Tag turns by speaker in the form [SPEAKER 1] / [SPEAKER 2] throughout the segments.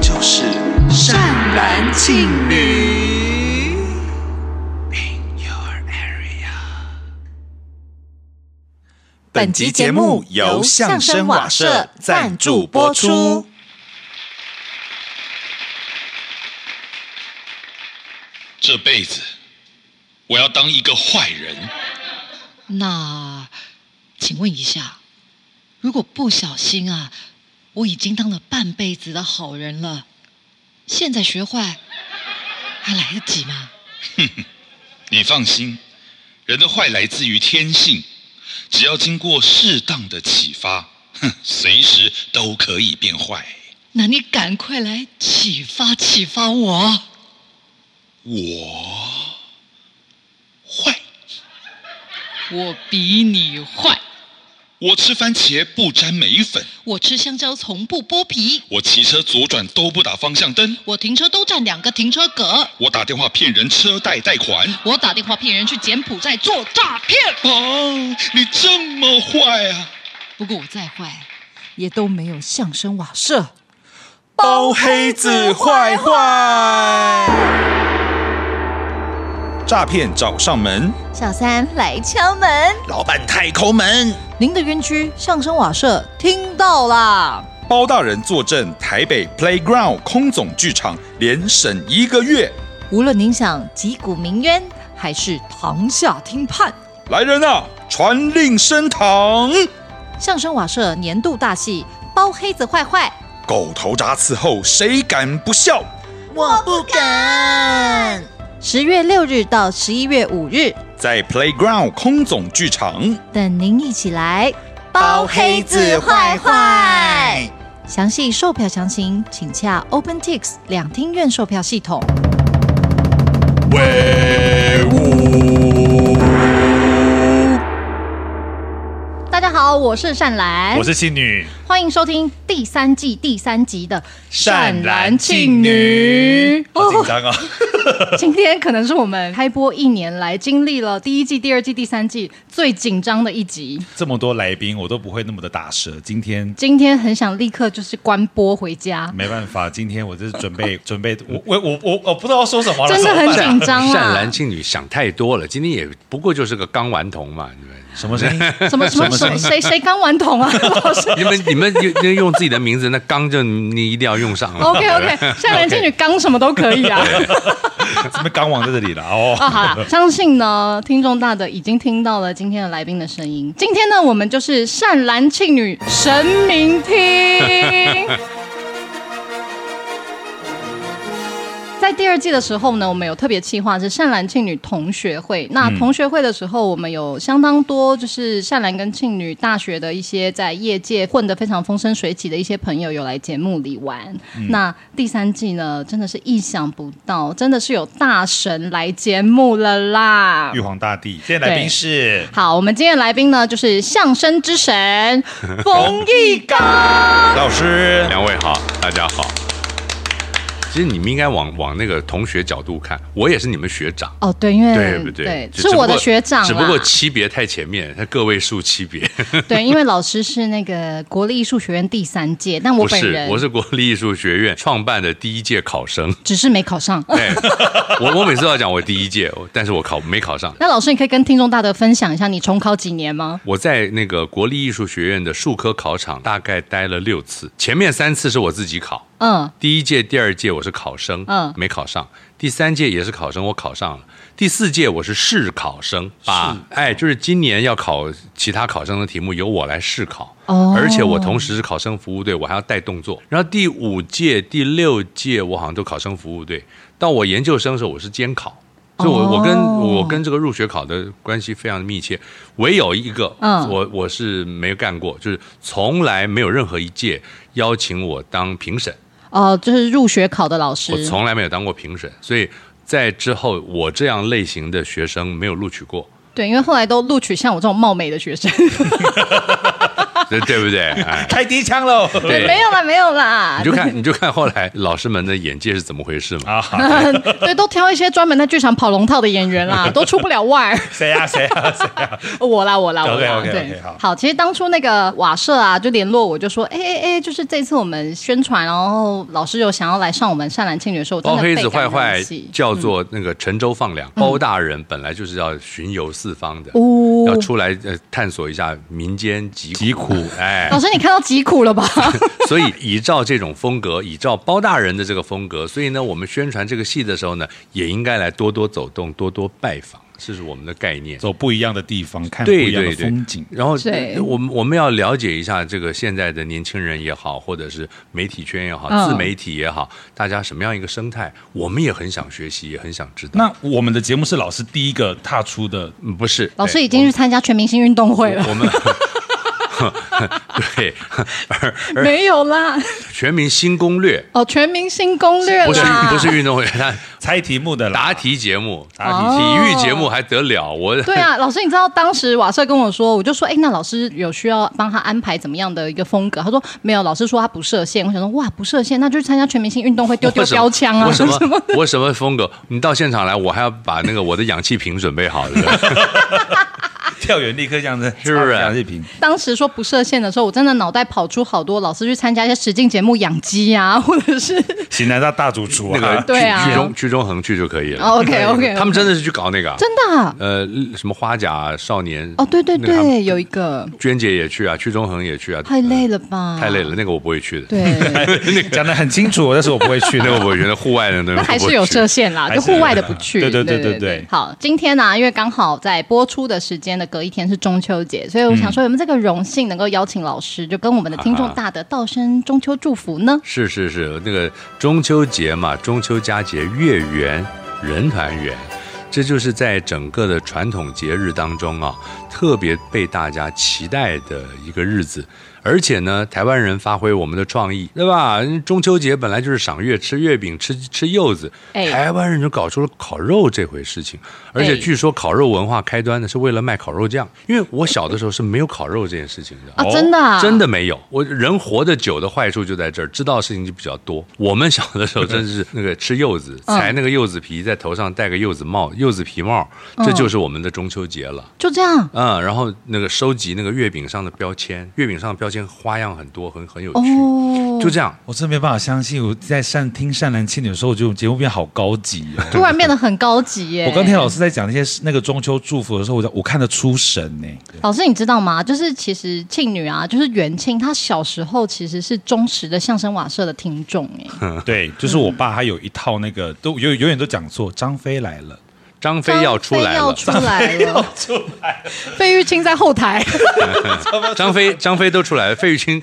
[SPEAKER 1] 就是善男信女。In your area。本集节目由相声瓦舍赞助播出。
[SPEAKER 2] 这辈子我要当一个坏人。
[SPEAKER 3] 那，请问一下，如果不小心啊，我已经当了半辈子的好人了，现在学坏还来得及吗？
[SPEAKER 2] 你放心，人的坏来自于天性，只要经过适当的启发，哼，随时都可以变坏。
[SPEAKER 3] 那你赶快来启发启发我。
[SPEAKER 2] 我坏，
[SPEAKER 3] 我比你坏，
[SPEAKER 2] 我吃番茄不沾眉粉，
[SPEAKER 3] 我吃香蕉从不剥皮，
[SPEAKER 2] 我骑车左转都不打方向灯，
[SPEAKER 3] 我停车都占两个停车格，
[SPEAKER 2] 我打电话骗人车贷贷款。
[SPEAKER 3] 我打电话骗人去柬埔寨做诈骗。
[SPEAKER 2] 哦，你这么坏啊！
[SPEAKER 3] 不过我再坏，也都没有相声瓦舍。
[SPEAKER 1] 包黑子坏坏，
[SPEAKER 2] 诈骗找上门，
[SPEAKER 4] 小三来敲门，
[SPEAKER 1] 老板太抠门，
[SPEAKER 3] 您的冤屈，相声瓦舍听到啦。
[SPEAKER 2] 包大人坐镇台北 Playground 空总剧场，连审一个月。
[SPEAKER 3] 无论您想击鼓鸣冤，还是堂下听判，
[SPEAKER 2] 来人啊，传令升堂！
[SPEAKER 3] 相声瓦舍年度大戏《包黑子坏坏
[SPEAKER 2] 狗头铡伺候，谁敢不笑？
[SPEAKER 4] 我不敢。》，
[SPEAKER 3] 十月六日到十一月五日，
[SPEAKER 2] 在 Playground 空总剧场。
[SPEAKER 3] 等您一起来。
[SPEAKER 4] 包黑子坏坏，
[SPEAKER 3] 详细售票详情请洽 OpenTix 两厅院售票系统。
[SPEAKER 4] 大家好，我是善兰，
[SPEAKER 5] 我是新女，
[SPEAKER 4] 欢迎收听第三季第三集的《
[SPEAKER 5] 善男信女好紧张啊！
[SPEAKER 4] 哦今天可能是我们开播一年来经历了第一季、第二季、第三季最紧张的一集。
[SPEAKER 5] 这么多来宾，我都不会那么的打舌。今天
[SPEAKER 4] 今天很想立刻就是关播回家，
[SPEAKER 5] 没办 法，今天我就是准 备准备，我我我我我不知道要说什么了，
[SPEAKER 4] 真的
[SPEAKER 5] 怎么
[SPEAKER 4] 很
[SPEAKER 5] 办啊
[SPEAKER 4] 紧张
[SPEAKER 6] 善男
[SPEAKER 4] 啦。
[SPEAKER 6] 信女想太多了，今天也不过就是个刚顽童嘛，你们
[SPEAKER 5] 什么 声音？
[SPEAKER 4] 什么什么什么谁谁刚顽童啊？老师
[SPEAKER 6] 你们你们用用自己的名字，那刚就你一定要用上了。
[SPEAKER 4] ，OK OK，善男信女刚什么都可以啊。
[SPEAKER 5] 怎么刚往在这里了？哦，
[SPEAKER 4] 哦，好啦，相信呢，听众大的已经听到了今天的来宾的声音。今天呢，我们就是善男信女神明厅。在第二季的时候呢，我们有特别企划是善男庆女同学会。那同学会的时候，我们有相当多就是善男跟庆女大学的一些在业界混得非常风生水起的一些朋友有来节目里玩。那第三季呢，真的是意想不到，真的是有大神来节目了啦
[SPEAKER 5] 玉！皇大帝，今天来宾是
[SPEAKER 4] 好，我们今天的来宾呢，就是相声之神冯一刚。
[SPEAKER 5] 老师，
[SPEAKER 6] 两位好，大家好。其实你们应该往往那个同学角度看，我也是你们学长，
[SPEAKER 4] 哦，对，因为
[SPEAKER 6] 对不对？只
[SPEAKER 4] 是我的学长啊啦，
[SPEAKER 6] 只不过级别太前面，他个位数级别。
[SPEAKER 4] 对，因为老师是那个国立艺术学院第三届，但我
[SPEAKER 6] 不
[SPEAKER 4] 本
[SPEAKER 6] 是
[SPEAKER 4] 人，
[SPEAKER 6] 我是国立艺术学院创办的第一届考生。
[SPEAKER 4] 只是没考上。
[SPEAKER 6] 对，我 我每次都要讲我第一届，但是我考没考上。
[SPEAKER 4] 那老师，你可以跟听众大德分享一下你重考几年吗？
[SPEAKER 6] 我在那个国立艺术学院的数科考场大概待了六次，前面三次是我自己考，
[SPEAKER 4] 嗯，
[SPEAKER 6] 第一届、第二届我是考生，
[SPEAKER 4] 嗯
[SPEAKER 6] 没考上；第三届也是考生，我考上了；第四届我是试考生，把哎，就是今年要考其他考生的题目，由我来试考。
[SPEAKER 4] 哦
[SPEAKER 6] 而且我同时是考生服务队，我还要带动作。然后第五届、第六届我好像都考生服务队，到我研究生的时候我是监考，所以
[SPEAKER 4] 哦
[SPEAKER 6] 我、我跟我跟这个入学考的关系非常密切。唯有一个，
[SPEAKER 4] 嗯
[SPEAKER 6] 我我是没干过，就是从来没有任何一届邀请我当评审。
[SPEAKER 4] 哦，就是入学考的老师
[SPEAKER 6] 我。从来没有当过评审，所以在之后我这样类型的学 生没有录取过。
[SPEAKER 4] 对，因为后来都录取像我这种貌美的学生。
[SPEAKER 6] 对对不对？哎，
[SPEAKER 5] 开第一枪喽！
[SPEAKER 6] 对，
[SPEAKER 4] 没有啊啦，没有啦
[SPEAKER 6] 你就，看你就看后来老师们的眼界是怎么回事嘛。
[SPEAKER 5] 啊，
[SPEAKER 4] 对，都挑一些专门在剧场跑龙套的演员 啦，都出不了外儿。
[SPEAKER 5] 谁啊谁啊谁啊？
[SPEAKER 4] 我啦，我啦，我啦
[SPEAKER 5] OK，OK，OK，
[SPEAKER 4] 对，
[SPEAKER 5] 好
[SPEAKER 4] 其实当初那个瓦舍啊，就联络我，就说，哎哎哎，就是这次我们宣传，然后老师有想要来上我们善男信女的时候，我真
[SPEAKER 6] 包
[SPEAKER 4] 的
[SPEAKER 6] 哦黑
[SPEAKER 4] 倍
[SPEAKER 6] 子
[SPEAKER 4] 感
[SPEAKER 6] 坏坏
[SPEAKER 4] 人气
[SPEAKER 6] 叫做那个陈州放
[SPEAKER 4] 嗯
[SPEAKER 6] 粮，包大人本来就是要巡游四方的，
[SPEAKER 4] 哦
[SPEAKER 6] 要出来呃探索一下民间疾疾苦，哎
[SPEAKER 4] 老，师，你看到疾苦了 吧？
[SPEAKER 6] 所以依照这种风格，依照包大人的这个风格，所以呢，我们宣传这个戏的时候呢，也应该来多多走动，多多拜访，这是我们的概念。
[SPEAKER 5] 走不一样的地方，看不
[SPEAKER 6] 对
[SPEAKER 5] 一样的
[SPEAKER 6] 对对，
[SPEAKER 5] 风景。
[SPEAKER 6] 然后
[SPEAKER 4] 对
[SPEAKER 6] 呃我们我们要了解一下这个现在的年轻人也好，或者是媒体圈也好，
[SPEAKER 4] 嗯
[SPEAKER 6] 自媒体也好，大家什么样一个生态，我们也很想学习，也很想知道。
[SPEAKER 5] 那我们的节目是老师第一个踏出的，
[SPEAKER 6] 嗯不是哎
[SPEAKER 4] 老师已经去参加全明星运动会 了，
[SPEAKER 6] 我们。对，而而
[SPEAKER 4] 没有啦，
[SPEAKER 6] 全民新攻略
[SPEAKER 4] 哦，全明星攻略
[SPEAKER 6] 不是
[SPEAKER 4] 啦，
[SPEAKER 6] 不是运动会，它
[SPEAKER 5] 猜题目的啦
[SPEAKER 6] 答题节目，
[SPEAKER 5] 答
[SPEAKER 4] 题
[SPEAKER 6] 体育
[SPEAKER 4] 哦
[SPEAKER 6] 节目还得了？我
[SPEAKER 4] 对啊，老师，你知道当时瓦舍跟我说，我就说，哎，那老师有需要帮他安排怎么样的一个风格？他说没有，老师说他不设限。我想说，哇，不设限，那就去参加全明星运动会丢丢
[SPEAKER 6] 我什么
[SPEAKER 4] 标枪啊
[SPEAKER 6] 我什
[SPEAKER 4] 什么
[SPEAKER 6] 么我什么风格？你到现场来，我还要把那个我的氧气瓶准备好，对 不对
[SPEAKER 5] 跳远立刻这样子，
[SPEAKER 6] 是不是
[SPEAKER 5] 杨丽萍，
[SPEAKER 4] 当时说不设限的时候，我真的脑袋跑出好多老师去参加一些实境节目养鸡啊，或者 是
[SPEAKER 5] 型男大大主厨
[SPEAKER 6] 那
[SPEAKER 5] 啊
[SPEAKER 6] 个，
[SPEAKER 4] 对啊
[SPEAKER 6] 居居中居中横去就可以了。
[SPEAKER 4] 哦 OK OK，
[SPEAKER 6] 他们真的是去搞那个啊，
[SPEAKER 4] 真的啊、
[SPEAKER 6] 呃什么花甲少年
[SPEAKER 4] 哦，对对，
[SPEAKER 6] 那个他们
[SPEAKER 4] 对，有一个
[SPEAKER 6] 娟姐也去啊，屈中恒也去啊，
[SPEAKER 4] 太累了吧？
[SPEAKER 6] 太累了，。那个我不会去的，
[SPEAKER 4] 对，
[SPEAKER 5] 讲的很清楚，但是我不会去
[SPEAKER 6] 那
[SPEAKER 5] 那
[SPEAKER 6] 个
[SPEAKER 5] 个。
[SPEAKER 6] 我觉得户外的那个
[SPEAKER 4] 那还是有设限啦，
[SPEAKER 5] 还
[SPEAKER 4] 就是户外的不去。
[SPEAKER 5] 对对对
[SPEAKER 4] 对
[SPEAKER 5] 对对
[SPEAKER 4] 好，今天啊呢、因为刚好在播出的时间的隔一天是中秋节，所以
[SPEAKER 6] 嗯
[SPEAKER 4] 我想说，有没有这个荣幸能够邀请老师，就跟我们的听众大德道声中秋祝福呢？
[SPEAKER 6] 是是是，那个中秋节嘛，中秋佳节月圆人团圆，这就是在整个的传统节日当中啊，特别被大家期待的一个日子。而且呢，台湾人发挥我们的创意，对吧？中秋节本来就是赏月、吃月饼、吃吃柚子，
[SPEAKER 4] 哎
[SPEAKER 6] 台湾人就搞出了烤肉这回事情。而且
[SPEAKER 4] 哎
[SPEAKER 6] 据说烤肉文化开端呢，是为了卖烤肉酱，因为我小的时候是没有烤肉这件事情的。
[SPEAKER 4] 啊，真的、啊，
[SPEAKER 6] 哦真的没有。我人活得久的坏处就在这儿，知道的事情就比较多。我们小的时候真是那个吃柚子，
[SPEAKER 4] 嗯
[SPEAKER 6] 裁那个柚子皮，在头上戴个柚子帽、柚子皮帽，这
[SPEAKER 4] 嗯
[SPEAKER 6] 就是我们的中秋节了。
[SPEAKER 4] 就这样。
[SPEAKER 6] 嗯，然后那个收集那个月饼上的标签，月饼上的标签花样很多，很很有趣。
[SPEAKER 4] 哦，
[SPEAKER 6] 就这样，
[SPEAKER 5] 我真没办法相信，我在善听善男信女的时候，我觉得我们节目变好高级哦。
[SPEAKER 4] 突然变得很高级耶！
[SPEAKER 5] 我刚听老师在讲那些那个中秋祝福的时候，我就我看得出神呢、
[SPEAKER 4] 老师，你知道吗？就是其实庆女啊，就是元庆，她小时候其实是忠实的相声瓦舍的听众哎。
[SPEAKER 5] 对，就是我爸，他有一套那个都有永远都讲错，张飞来 了，
[SPEAKER 6] 张飞要出来
[SPEAKER 4] 张飞
[SPEAKER 6] 了。
[SPEAKER 4] 要出来 了，哦出来了。费玉清在后台，
[SPEAKER 6] 张飞，张飞都出来了，费玉清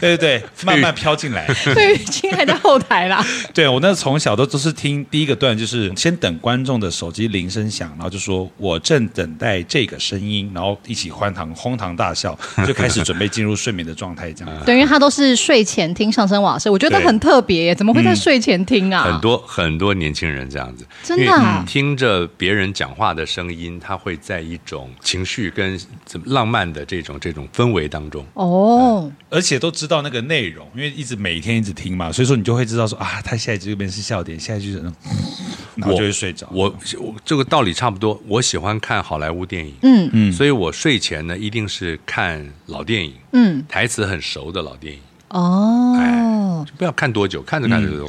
[SPEAKER 5] 对对对，慢慢飘进 来。
[SPEAKER 4] 费玉清还在后台啦。。
[SPEAKER 5] 对我那从小都都是听第一个段，就是先等观众的手机铃声响，然后就说我正等待这个声音，然后一起欢堂哄堂大笑，就开始准备进入睡眠的状态，这样
[SPEAKER 4] 对，因为他都是睡前听相声瓦舍，我觉得
[SPEAKER 5] 对
[SPEAKER 4] 很特别耶，怎么会在睡前听啊？
[SPEAKER 6] 嗯很多很多年轻人这样子，
[SPEAKER 4] 真的啊
[SPEAKER 6] 因为听着别人讲话的声音，他会在一种情绪跟怎么浪漫的这种这种氛围当中。
[SPEAKER 4] 哦，
[SPEAKER 5] 而且都知道那个内容，因为一直每天一直听嘛，所以说你就会知道说啊，他下一句这边是笑点，下一句是那种，然后就会睡着。
[SPEAKER 6] 我我这个道理差不多，我喜欢看好莱坞电影，
[SPEAKER 4] 嗯
[SPEAKER 6] 嗯，所以我睡前呢一定是看老电影，
[SPEAKER 4] 嗯，
[SPEAKER 6] 台词很熟的老电影。
[SPEAKER 4] 哦，
[SPEAKER 6] 不要看多久，看着看着就，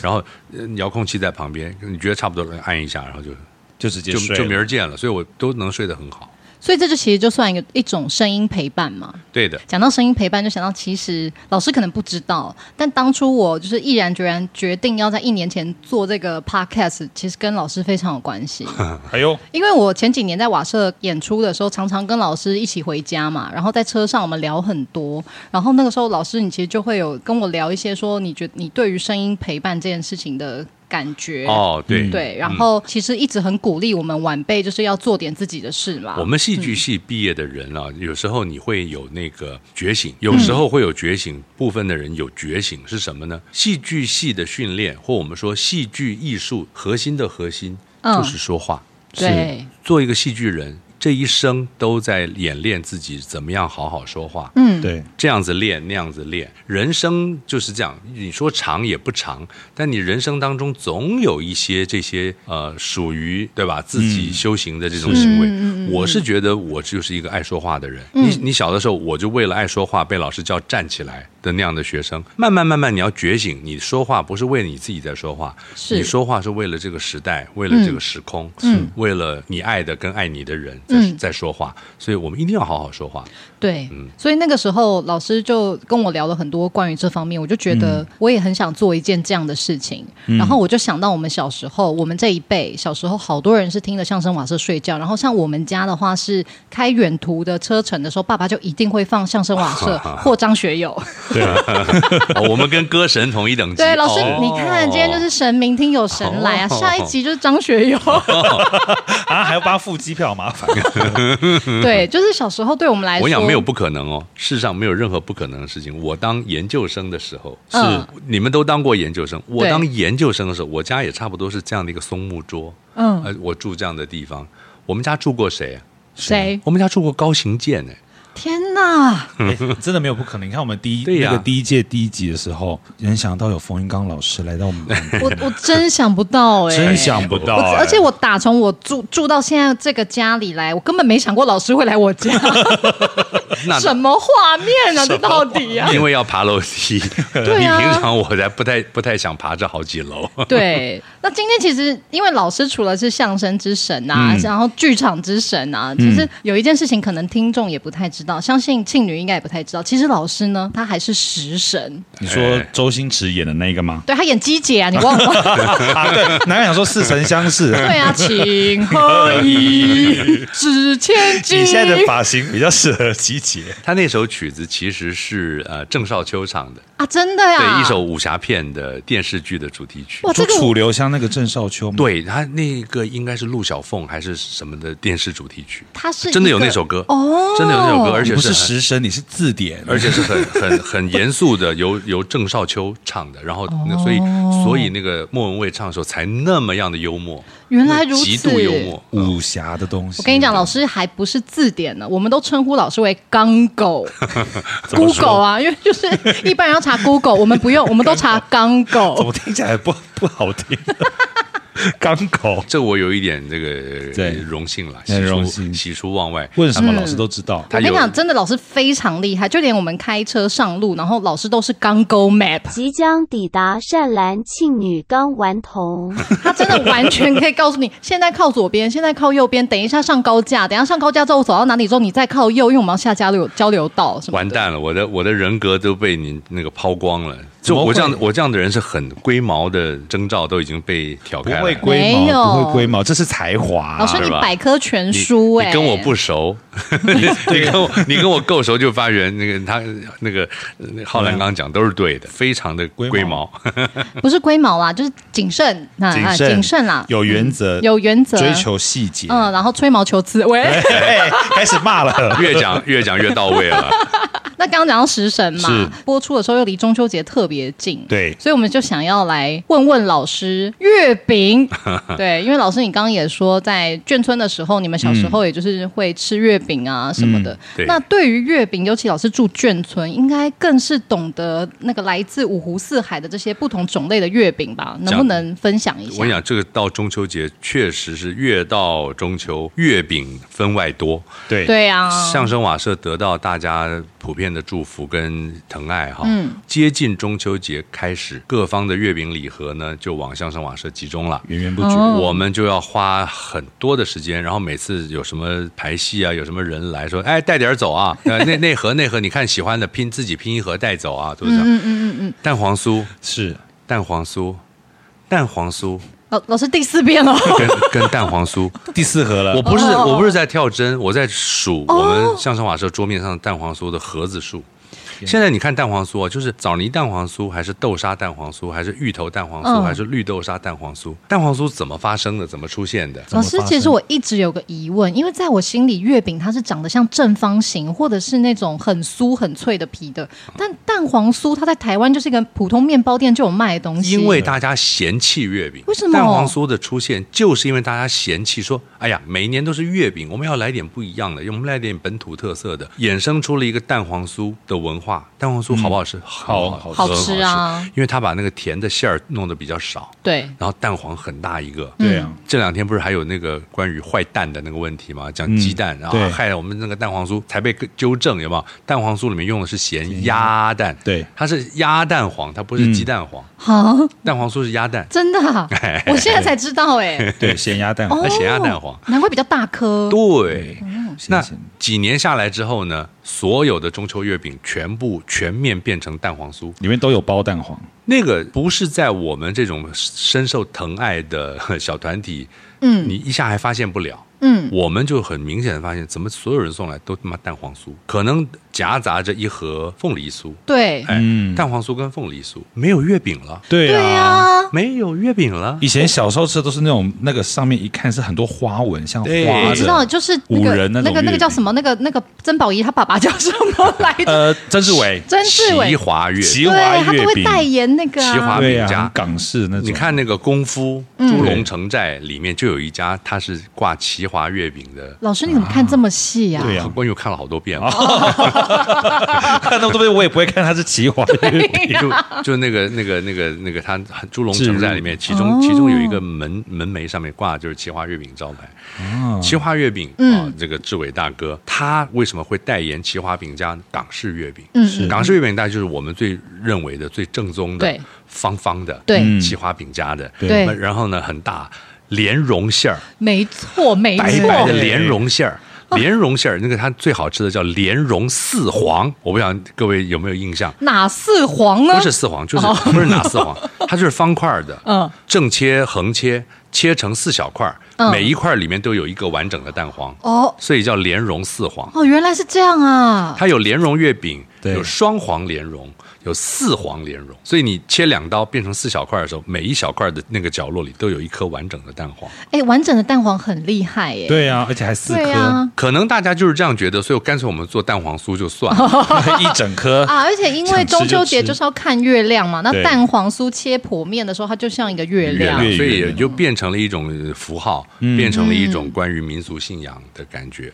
[SPEAKER 6] 然后呃遥控器在旁边，你觉得差不多了，按一下，然后就
[SPEAKER 5] 就直接
[SPEAKER 6] 就
[SPEAKER 5] 睡了
[SPEAKER 6] 就明儿见了，所以我都能睡得很好。
[SPEAKER 4] 所以这就其实就算一个一种声音陪伴嘛。
[SPEAKER 6] 对的，
[SPEAKER 4] 讲到声音陪伴，就想到其实老师可能不知道，但当初我就是毅然决然决定要在一年前做这个 podcast，其实跟老师非常有关 系。
[SPEAKER 5] 哎呦，
[SPEAKER 4] 因为我前几年在瓦舍演出的时候，常常跟老师一起回家嘛，然后在车上我们聊很多，然后那个时候老师你其实就会有跟我聊一些说，你觉你对于声音陪伴这件事情的感觉。
[SPEAKER 6] 哦，对
[SPEAKER 4] 对，然后其实一直很鼓励我们晚辈，就是要做点自己的事嘛。
[SPEAKER 6] 我们戏剧系毕业的人啊，有时候你会有那个觉醒，有时候会有觉醒。部分的人有觉醒是什么呢？戏剧系的训练，或我们说戏剧艺术核心的核心，
[SPEAKER 4] 嗯
[SPEAKER 6] 就是说话。
[SPEAKER 4] 对
[SPEAKER 6] 做一个戏剧人，这一生都在演练自己怎么样好好说话。
[SPEAKER 4] 嗯，
[SPEAKER 5] 对，
[SPEAKER 6] 这样子练，那样子练，人生就是这样。你说长也不长，但你人生当中总有一些这些呃，属于对吧自己修行的这种行
[SPEAKER 4] 嗯
[SPEAKER 6] 为。
[SPEAKER 4] 嗯嗯嗯
[SPEAKER 6] 我是觉得我就是一个爱说话的人。你你小的时候，我就为了爱说话被老师叫站起来的那样的学生。慢慢慢慢，你要觉醒，你说话不是为你自己在说话，
[SPEAKER 4] 是
[SPEAKER 6] 你说话是为了这个时代，为了这个时空，
[SPEAKER 4] 嗯
[SPEAKER 6] 为了你爱的跟爱你的人在、
[SPEAKER 4] 嗯
[SPEAKER 6] 在说话。所以我们一定要好好说话。
[SPEAKER 4] 对，所以那个时候老师就跟我聊了很多关于这方面，我就觉
[SPEAKER 6] 嗯
[SPEAKER 4] 得我也很想做一件这样的事情。然后我就想到我们小时候，我们这一辈小时候好多人是听着相声瓦舍睡觉，然后像我们家的话是开远途的车程的时候，爸爸就一定会放相声瓦 舍或张学友。
[SPEAKER 6] 哦，我们跟歌神同一等级。
[SPEAKER 4] 对，老师、
[SPEAKER 6] 哦
[SPEAKER 4] 你看今天就是神，明天有神来啊，
[SPEAKER 6] 哦
[SPEAKER 4] 下一集就是张学 友。
[SPEAKER 5] 啊，还要帮他付机票，麻 烦。
[SPEAKER 4] 对，就是小时候对我们来说，
[SPEAKER 6] 我想没有不可能哦，世上没有任何不可能的事情。我当研究生的时候，是、
[SPEAKER 4] 嗯
[SPEAKER 6] 你们都当过研究生。我
[SPEAKER 4] 对
[SPEAKER 6] 当研究生的时候，我家也差不多是这样的一个松木桌，
[SPEAKER 4] 嗯
[SPEAKER 6] 呃，我住这样的地方。我们家住过谁啊？
[SPEAKER 4] 谁？
[SPEAKER 6] 我们家住过高行健 哎，
[SPEAKER 4] 天哪！
[SPEAKER 5] 哎真的没有不可能。你看我们第一
[SPEAKER 6] 对呀
[SPEAKER 5] 那个第一届第一集的时候，人想到有冯云刚老师来到我们班，
[SPEAKER 4] 我我真想不到哎、
[SPEAKER 5] 真想不到
[SPEAKER 4] 我
[SPEAKER 5] 哎。
[SPEAKER 4] 而且我打从我住住到现在这个家里来，我根本没想过老师会来我 家，
[SPEAKER 6] 那
[SPEAKER 4] 什么画面啊？这到底啊？
[SPEAKER 6] 因为要爬楼梯，
[SPEAKER 4] 对啊
[SPEAKER 6] 你平常我才不太不太想爬这好几楼。
[SPEAKER 4] 对，那今天其实因为老师除了是相声之神
[SPEAKER 5] 嗯
[SPEAKER 4] 啊，然后剧场之神啊，其实有一件事情可能听众也不太知道，相信庆女应该也不太知道。其实老师呢，他还是食神，
[SPEAKER 5] 你说周星驰演的那个吗？
[SPEAKER 4] 对他演鸡姐啊，你忘 了？
[SPEAKER 5] 啊，对，男人想说似曾相识。
[SPEAKER 4] 对啊，情何 以值千金？
[SPEAKER 5] 你现在的发 型比较适合集结，
[SPEAKER 6] 他那首曲子其实是呃郑少秋唱的，
[SPEAKER 4] 啊，真的呀、
[SPEAKER 6] 对，一首武侠片的电视剧的主题曲。
[SPEAKER 4] 哇，
[SPEAKER 5] 就
[SPEAKER 4] 这个我
[SPEAKER 5] 楚留香那个郑少秋吗？
[SPEAKER 6] 对他那个应该是陆小凤还是什么的电视主题曲，
[SPEAKER 4] 他是
[SPEAKER 6] 真的
[SPEAKER 4] 一
[SPEAKER 6] 有
[SPEAKER 4] 个
[SPEAKER 6] 那首歌
[SPEAKER 4] 哦
[SPEAKER 6] 真的有那首歌，而
[SPEAKER 5] 你
[SPEAKER 6] 且
[SPEAKER 5] 不是
[SPEAKER 6] 很
[SPEAKER 5] 食神，你是字典，
[SPEAKER 6] 而且是很很很严肃的，由由郑少秋唱的，然后
[SPEAKER 4] 哦
[SPEAKER 6] 那所以所以那个莫文蔚唱的时候才那么样的幽默，
[SPEAKER 4] 原来如此，
[SPEAKER 6] 极度幽默。
[SPEAKER 5] 武侠的东西。
[SPEAKER 4] 我跟你讲，老师还不是字典呢，我们都称呼老师为“刚 狗
[SPEAKER 5] 么说
[SPEAKER 4] ”，Google 啊，因为就是一般人要查 Google，我们不用，我们都查“刚
[SPEAKER 5] 怎么
[SPEAKER 4] 狗
[SPEAKER 5] 听起来不不好听？ 刚口。
[SPEAKER 6] 这我有一点这个
[SPEAKER 5] 对
[SPEAKER 6] 荣幸了，喜
[SPEAKER 5] 很荣
[SPEAKER 6] 出
[SPEAKER 5] 幸
[SPEAKER 6] 喜出望外。
[SPEAKER 5] 问
[SPEAKER 4] 嗯
[SPEAKER 5] 什么老师都知道”。，
[SPEAKER 4] 我
[SPEAKER 6] 他
[SPEAKER 4] 跟
[SPEAKER 6] 有
[SPEAKER 4] 你讲，真的，老师非常厉害，就连我们开车上路，然后老师都是“刚 Go Map”，
[SPEAKER 7] 即将抵达善兰庆女冈顽童，
[SPEAKER 4] 他真的完全可以告诉你，现在靠左边，现在靠右边，等一下上高架，等一下上高架之后走到哪里之后，你再靠右，因为我们要下交流交流道什么的。
[SPEAKER 6] 完蛋了，我的我的人格都被你那个抛光了。就
[SPEAKER 5] 怎么
[SPEAKER 6] 我
[SPEAKER 5] 会
[SPEAKER 6] 这样我这样的人是很龟毛的征兆都已经被挑
[SPEAKER 5] 不
[SPEAKER 6] 开
[SPEAKER 5] 会
[SPEAKER 6] 了。
[SPEAKER 5] 龟
[SPEAKER 4] 没有
[SPEAKER 5] 毛，不会龟毛，这是才华。
[SPEAKER 4] 老师，你
[SPEAKER 6] 是吧
[SPEAKER 4] 百科全书哎、
[SPEAKER 6] 你跟我 不熟，你你跟我你跟我够熟就发觉那个他那个呃浩然刚刚讲都是对的，非常的
[SPEAKER 5] 嗯龟毛
[SPEAKER 6] 龟毛。
[SPEAKER 4] 哎不是龟毛啦，就是谨慎，那
[SPEAKER 5] 谨
[SPEAKER 4] 啊
[SPEAKER 5] 慎
[SPEAKER 4] 谨慎啦，
[SPEAKER 5] 有原则，
[SPEAKER 4] 有原则，
[SPEAKER 5] 追求细节。
[SPEAKER 4] 嗯，然后吹毛求疵。喂，
[SPEAKER 5] 哎，开始骂了。
[SPEAKER 6] 越讲越讲越到位了。
[SPEAKER 4] 那刚刚讲到食神嘛
[SPEAKER 5] 是，
[SPEAKER 4] 播出的时候又离中秋节特别近，
[SPEAKER 5] 对
[SPEAKER 4] 所以我们就想要来问问老师月 饼，对，因为老师你刚刚也说，在眷村的时候，你们小时
[SPEAKER 5] 嗯
[SPEAKER 4] 候也就是会吃月饼啊什么的。
[SPEAKER 6] 对
[SPEAKER 4] 那对于月饼，尤其老师住眷村，应该更是懂得那个来自五湖四海的这些不同种类的月饼吧？能不能分享一
[SPEAKER 6] 我
[SPEAKER 4] 下
[SPEAKER 6] 跟你？讲，这个到中秋节确实是越到中秋月饼分外多。
[SPEAKER 5] 对，
[SPEAKER 4] 对啊，
[SPEAKER 6] 相声瓦舍得到大家普遍的祝福跟疼爱哈。接近中秋节开始，各方的月饼礼盒呢就往相声瓦舍集中了。
[SPEAKER 5] 源源不绝。
[SPEAKER 6] 我们就要花很多的时间，然后每次有什么排戏啊，有什么人来说，哎，带点儿走 啊，呃，那那盒那盒，你看喜欢的拼自己拼一盒带走啊，都是这样。嗯嗯嗯嗯。蛋黄酥，
[SPEAKER 5] 是
[SPEAKER 6] 蛋黄酥，蛋黄酥
[SPEAKER 4] 老老师第四遍了，
[SPEAKER 6] 跟跟蛋黄酥，
[SPEAKER 5] 第四盒了。
[SPEAKER 6] 我不是
[SPEAKER 4] 哦哦哦哦
[SPEAKER 6] 我不是在跳针，我在数我们相声瓦舍桌面上的蛋黄酥的盒子数。现在你看蛋黄酥啊，就是枣泥蛋黄酥，还是豆沙蛋黄酥，还是芋头蛋黄酥，
[SPEAKER 4] 嗯
[SPEAKER 6] 还是绿豆沙蛋黄酥？蛋黄酥怎么发生的？怎么出现的？
[SPEAKER 5] 怎
[SPEAKER 4] 老
[SPEAKER 5] 么
[SPEAKER 4] 师，
[SPEAKER 5] 发
[SPEAKER 4] 其实
[SPEAKER 5] 生
[SPEAKER 4] 我一直有个疑问，因为在我心里，月饼它是长得像正方形，或者是那种很酥很脆的皮的，但 蛋黄酥它在台湾就是一个普通面包店就有卖的东西。
[SPEAKER 6] 因为大家嫌弃月饼，
[SPEAKER 4] 为什么
[SPEAKER 6] 蛋黄酥的出现就是因为大家嫌弃说，哎呀，每年都是月饼，我们要来点不一样的，我们来点本土特色的，衍生出了一个蛋黄酥的文化。蛋黄酥好不好吃？
[SPEAKER 5] 好
[SPEAKER 6] 好
[SPEAKER 4] 好
[SPEAKER 6] 很
[SPEAKER 4] 吃啊
[SPEAKER 6] 因为它把那个甜的馅儿弄得比较少，
[SPEAKER 4] 对，
[SPEAKER 6] 然后蛋黄很大一个。
[SPEAKER 5] 对
[SPEAKER 4] 嗯
[SPEAKER 5] 啊，
[SPEAKER 6] 这两天不是还有那个关于坏蛋的那个问题吗？讲
[SPEAKER 5] 嗯
[SPEAKER 6] 鸡蛋，然后
[SPEAKER 5] 对
[SPEAKER 6] 害了我们那个蛋黄酥才被纠正，有没有？蛋黄酥里面用的是咸鸭蛋，
[SPEAKER 5] 对
[SPEAKER 6] 它是鸭蛋黄，它不是
[SPEAKER 5] 嗯
[SPEAKER 6] 鸡蛋黄。
[SPEAKER 4] 啊，
[SPEAKER 6] 蛋黄酥是鸭蛋，
[SPEAKER 4] 真的、 啊，我现在才知道哎、
[SPEAKER 5] 对，咸鸭蛋
[SPEAKER 4] 哦
[SPEAKER 6] 那咸鸭蛋黄。
[SPEAKER 4] 难怪比较大颗。
[SPEAKER 6] 对，
[SPEAKER 5] 咸
[SPEAKER 6] 那
[SPEAKER 5] 咸的
[SPEAKER 6] 几年下来之后呢，所有的中秋月饼全部全面变成蛋黄酥。
[SPEAKER 5] 里面都有包蛋黄，
[SPEAKER 6] 那个不是在我们这种深受疼爱的呵小团体，嗯，你一下还发现不了。
[SPEAKER 4] 嗯，
[SPEAKER 6] 我们就很明显的发现，怎么所有人送来都他妈蛋黄酥，可能夹杂着一盒凤梨酥，
[SPEAKER 4] 对，
[SPEAKER 6] 哎，
[SPEAKER 5] 嗯
[SPEAKER 6] 蛋黄酥跟凤梨酥没有月饼了，
[SPEAKER 5] 对
[SPEAKER 4] 对啊，
[SPEAKER 6] 没有月饼了，
[SPEAKER 5] 以前小时候吃的都是那种那个上面一看是很多花纹，像花
[SPEAKER 6] 对
[SPEAKER 5] 的
[SPEAKER 4] 我知道，就是那
[SPEAKER 5] 五
[SPEAKER 4] 个
[SPEAKER 5] 人那种
[SPEAKER 4] 那个那个
[SPEAKER 5] 月饼
[SPEAKER 4] 叫什么？那个那个曾宝仪他爸爸叫什么来 着？
[SPEAKER 5] 呃，曾志伟，
[SPEAKER 4] 曾志伟
[SPEAKER 6] 奇，华月饼。
[SPEAKER 5] 奇
[SPEAKER 4] 对
[SPEAKER 5] 华
[SPEAKER 4] 他都
[SPEAKER 5] 月
[SPEAKER 4] 会
[SPEAKER 5] 饼，
[SPEAKER 4] 代言那个、
[SPEAKER 6] 奇华
[SPEAKER 4] 啊。
[SPEAKER 5] 对
[SPEAKER 6] 饼家
[SPEAKER 5] 啊，港式那种，
[SPEAKER 6] 你看那个功夫
[SPEAKER 4] 嗯
[SPEAKER 6] 《猪龙城寨》里面就有一家，它是挂奇华月饼的。
[SPEAKER 4] 老师，你怎么看这么细呀、
[SPEAKER 5] 对啊
[SPEAKER 6] 关于我看了好多遍了，
[SPEAKER 4] 哦
[SPEAKER 5] 看到这边 我也不会看它是奇华月饼，
[SPEAKER 6] 就就那个那个那个那个，它《猪龙城寨》里面，其
[SPEAKER 4] 哦
[SPEAKER 6] 中其中有一个门门楣上面挂的就是奇华月饼招牌。
[SPEAKER 4] 哦
[SPEAKER 6] 奇华月饼
[SPEAKER 4] 嗯
[SPEAKER 6] 啊，这个志伟大哥他为什么会代言奇华饼家港式月饼？
[SPEAKER 4] 嗯是
[SPEAKER 6] 港式月饼大概就是我们最认为的最正宗的
[SPEAKER 4] 对，
[SPEAKER 6] 方方的，
[SPEAKER 4] 对
[SPEAKER 5] 嗯
[SPEAKER 6] 奇华饼家的，
[SPEAKER 4] 对
[SPEAKER 6] 然后呢很大莲蓉馅儿。
[SPEAKER 4] 没错，没错，
[SPEAKER 6] 白白的莲蓉馅儿。
[SPEAKER 4] 哦
[SPEAKER 6] 莲蓉馅儿，那个它最好吃的叫莲蓉四黄，我不晓得各位有没有印象？
[SPEAKER 4] 哪四黄呢？
[SPEAKER 6] 不是四黄，就是不是哪 四黄，它就是方块儿的，
[SPEAKER 4] 哦嗯，
[SPEAKER 6] 正切、横切，切成四小块儿
[SPEAKER 4] 嗯，
[SPEAKER 6] 每一块儿里面都有一个完整的蛋黄，
[SPEAKER 4] 哦
[SPEAKER 6] 所以叫莲蓉四黄。
[SPEAKER 4] 哦，原来是这样啊！
[SPEAKER 6] 它有莲蓉月饼，
[SPEAKER 5] 对
[SPEAKER 6] 有双黄莲蓉，有四黄莲蓉，所以你切两刀变成四小块儿的时候，每一小块儿的那个角落里都有一颗完整的蛋黄。
[SPEAKER 4] 哎，完整的蛋黄很厉害耶。
[SPEAKER 5] 对啊，而且还四
[SPEAKER 4] 对
[SPEAKER 5] 颗，
[SPEAKER 4] 啊
[SPEAKER 6] 可能大家就是这样觉得，所以干脆我们做蛋黄酥就算了。
[SPEAKER 5] 一整颗
[SPEAKER 4] 啊！而且因为
[SPEAKER 5] 想吃就
[SPEAKER 4] 中秋节
[SPEAKER 5] 吃
[SPEAKER 4] 就是要看月亮嘛，那
[SPEAKER 5] 对
[SPEAKER 4] 蛋黄酥切剖面的时候，它就像一个月亮。
[SPEAKER 5] 月
[SPEAKER 6] 所以
[SPEAKER 5] 月
[SPEAKER 6] 也就变成了一种符号，
[SPEAKER 4] 嗯
[SPEAKER 6] 变成了一种关于民俗信仰的感觉。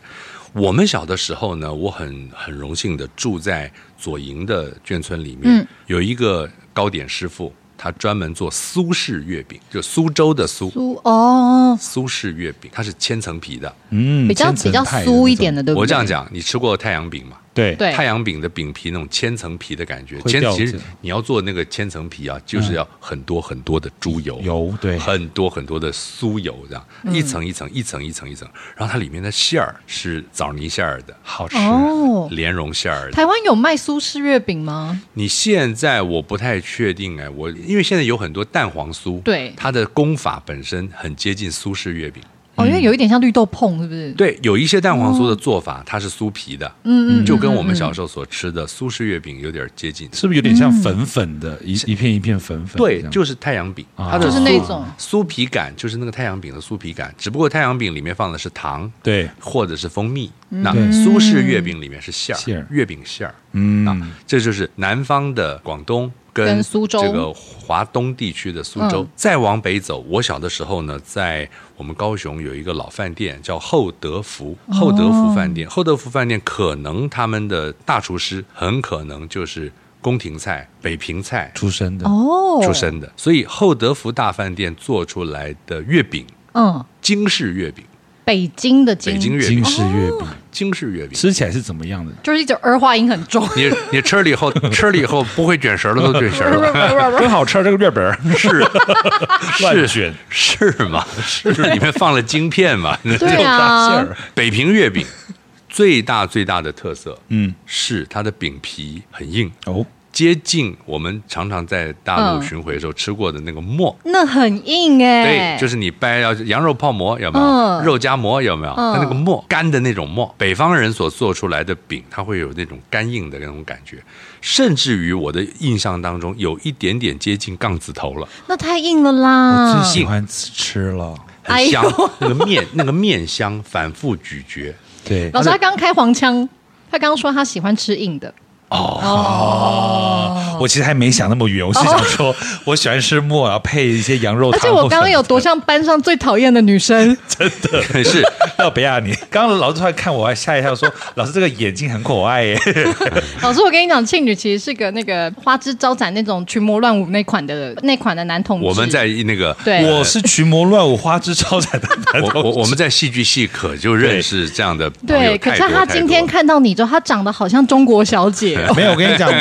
[SPEAKER 6] 我们小的时候呢，我很很荣幸的住在左营的眷村里面，
[SPEAKER 4] 嗯
[SPEAKER 6] 有一个糕点师傅，他专门做苏式月饼，就苏州的苏
[SPEAKER 4] 酥哦，
[SPEAKER 6] 苏式月饼，它是千层皮的。
[SPEAKER 5] 嗯，
[SPEAKER 4] 比较比
[SPEAKER 5] 千层
[SPEAKER 4] 较
[SPEAKER 5] 派
[SPEAKER 4] 酥一
[SPEAKER 5] 那种
[SPEAKER 4] 点，的，对不对？
[SPEAKER 6] 我这样，讲，你吃过太阳饼吗？
[SPEAKER 5] 对
[SPEAKER 4] 对
[SPEAKER 6] 太阳饼的饼皮那种千层皮的感觉，
[SPEAKER 5] 会
[SPEAKER 6] 千
[SPEAKER 5] 掉
[SPEAKER 6] 其实
[SPEAKER 5] 进来
[SPEAKER 6] 你要做那个千层皮啊，就是要很多很多的猪油，
[SPEAKER 5] 油对
[SPEAKER 6] 很多很多的酥油，这样一层一层一层一层一层，然后它里面的馅儿是枣泥馅儿的，好吃
[SPEAKER 4] 哦
[SPEAKER 6] 莲蓉馅儿的。
[SPEAKER 4] 台湾有卖苏式月饼吗？
[SPEAKER 6] 你现在我不太确定哎，我因为现在有很多蛋黄酥，
[SPEAKER 4] 对
[SPEAKER 6] 它的功法本身很接近苏式月饼，
[SPEAKER 4] 哦，因为有一点像绿豆碰，是不是？
[SPEAKER 6] 嗯对，有一些蛋黄酥的做法，它是酥皮的，嗯嗯，就跟我们小时候所吃的苏式月饼有点接近。
[SPEAKER 5] 是不是有点像
[SPEAKER 4] 嗯
[SPEAKER 5] 粉粉的，一一片一片粉粉这
[SPEAKER 6] 对，
[SPEAKER 5] 样？
[SPEAKER 6] 就是太阳饼，
[SPEAKER 5] 啊
[SPEAKER 6] 它的
[SPEAKER 4] 就是
[SPEAKER 6] 酥
[SPEAKER 4] 那种
[SPEAKER 6] 酥皮感，就是那个太阳饼的酥皮感，只不过太阳饼里面放的是糖，
[SPEAKER 5] 对，
[SPEAKER 6] 或者是蜂蜜。那
[SPEAKER 5] 对
[SPEAKER 6] 苏式月饼里面是馅
[SPEAKER 5] 馅儿
[SPEAKER 6] 儿，月饼馅儿。
[SPEAKER 5] 嗯，
[SPEAKER 6] 这就是南方的广东跟
[SPEAKER 4] 跟苏州
[SPEAKER 6] 这个华东地区的苏州。
[SPEAKER 4] 嗯
[SPEAKER 6] 再往北走，我小的时候呢，在我们高雄有一个老饭店叫厚德福，厚德福饭店，厚德福饭店可能他们的大厨师很可能就是宫廷菜、北平菜
[SPEAKER 5] 出生的
[SPEAKER 4] 哦，
[SPEAKER 6] 出，身的，所以厚德福大饭店做出来的月饼，
[SPEAKER 4] 嗯，
[SPEAKER 6] 京式月饼，
[SPEAKER 4] 北京的京，
[SPEAKER 6] 北京月饼哦
[SPEAKER 5] 金，氏月
[SPEAKER 4] 哦
[SPEAKER 5] 饼，
[SPEAKER 6] 京式月饼。
[SPEAKER 5] 吃起来是怎么样的？
[SPEAKER 4] 就是一种儿化音很 重。
[SPEAKER 6] 你你吃了以后，吃了以后不会卷舌了，都卷舌了。
[SPEAKER 5] 真好吃这个月 饼儿，
[SPEAKER 6] 是
[SPEAKER 5] 乱选
[SPEAKER 6] 是吗？是里面放了晶片嘛？
[SPEAKER 4] 对啊，
[SPEAKER 6] 北平月饼最大最大的特色，
[SPEAKER 5] 嗯，
[SPEAKER 6] 是它的饼皮很硬，
[SPEAKER 5] 哦，
[SPEAKER 6] 接近我们常常在大陆巡回的时候吃过的那个馍。
[SPEAKER 4] 那很硬哎、
[SPEAKER 6] 对，就是你掰要羊肉泡馍有没有？
[SPEAKER 4] 嗯
[SPEAKER 6] 肉夹馍有没有？
[SPEAKER 4] 嗯
[SPEAKER 6] 它那个馍干的那种馍，北方人所做出来的饼，它会有那种干硬的那种感觉，甚至于我的印象当中有一点点接近杠子头了，
[SPEAKER 4] 那太硬了
[SPEAKER 5] 我
[SPEAKER 4] 啦
[SPEAKER 5] 最。喜欢吃吃了。
[SPEAKER 4] 哎
[SPEAKER 6] 很
[SPEAKER 4] 呦
[SPEAKER 6] 香，那个面那个面香， 反复咀嚼。
[SPEAKER 5] 对，
[SPEAKER 4] 老师他刚开黄腔，他刚刚说他喜欢吃硬的，
[SPEAKER 6] 哦
[SPEAKER 4] 哦
[SPEAKER 5] 我其实还没想那么远，我是想说， 我喜欢吃馍，然后配一些羊肉
[SPEAKER 4] 而
[SPEAKER 5] 汤。
[SPEAKER 4] 且啊我刚刚有多像班上最讨厌的女生，
[SPEAKER 6] 可是
[SPEAKER 5] 要不啊要你？刚刚老师突然看我，还吓一跳，说：“老师这个眼睛很可爱耶。
[SPEAKER 4] 老师，我跟你讲，庆女其实是个那个花枝招展那种群魔乱舞那款的那款的男同志。
[SPEAKER 6] 我们在那个
[SPEAKER 4] 对”
[SPEAKER 5] 我是群魔乱舞、花枝招展的男
[SPEAKER 6] 我
[SPEAKER 5] 同，
[SPEAKER 6] 我我们在戏剧系可就认识这样的朋友
[SPEAKER 4] 对，可
[SPEAKER 6] 太
[SPEAKER 4] 是
[SPEAKER 6] 多
[SPEAKER 4] 他
[SPEAKER 6] 太
[SPEAKER 4] 今
[SPEAKER 6] 多
[SPEAKER 4] 天
[SPEAKER 6] 了
[SPEAKER 4] 看到你之后，他长得好像中国小姐哦
[SPEAKER 5] 没有，我跟你 讲，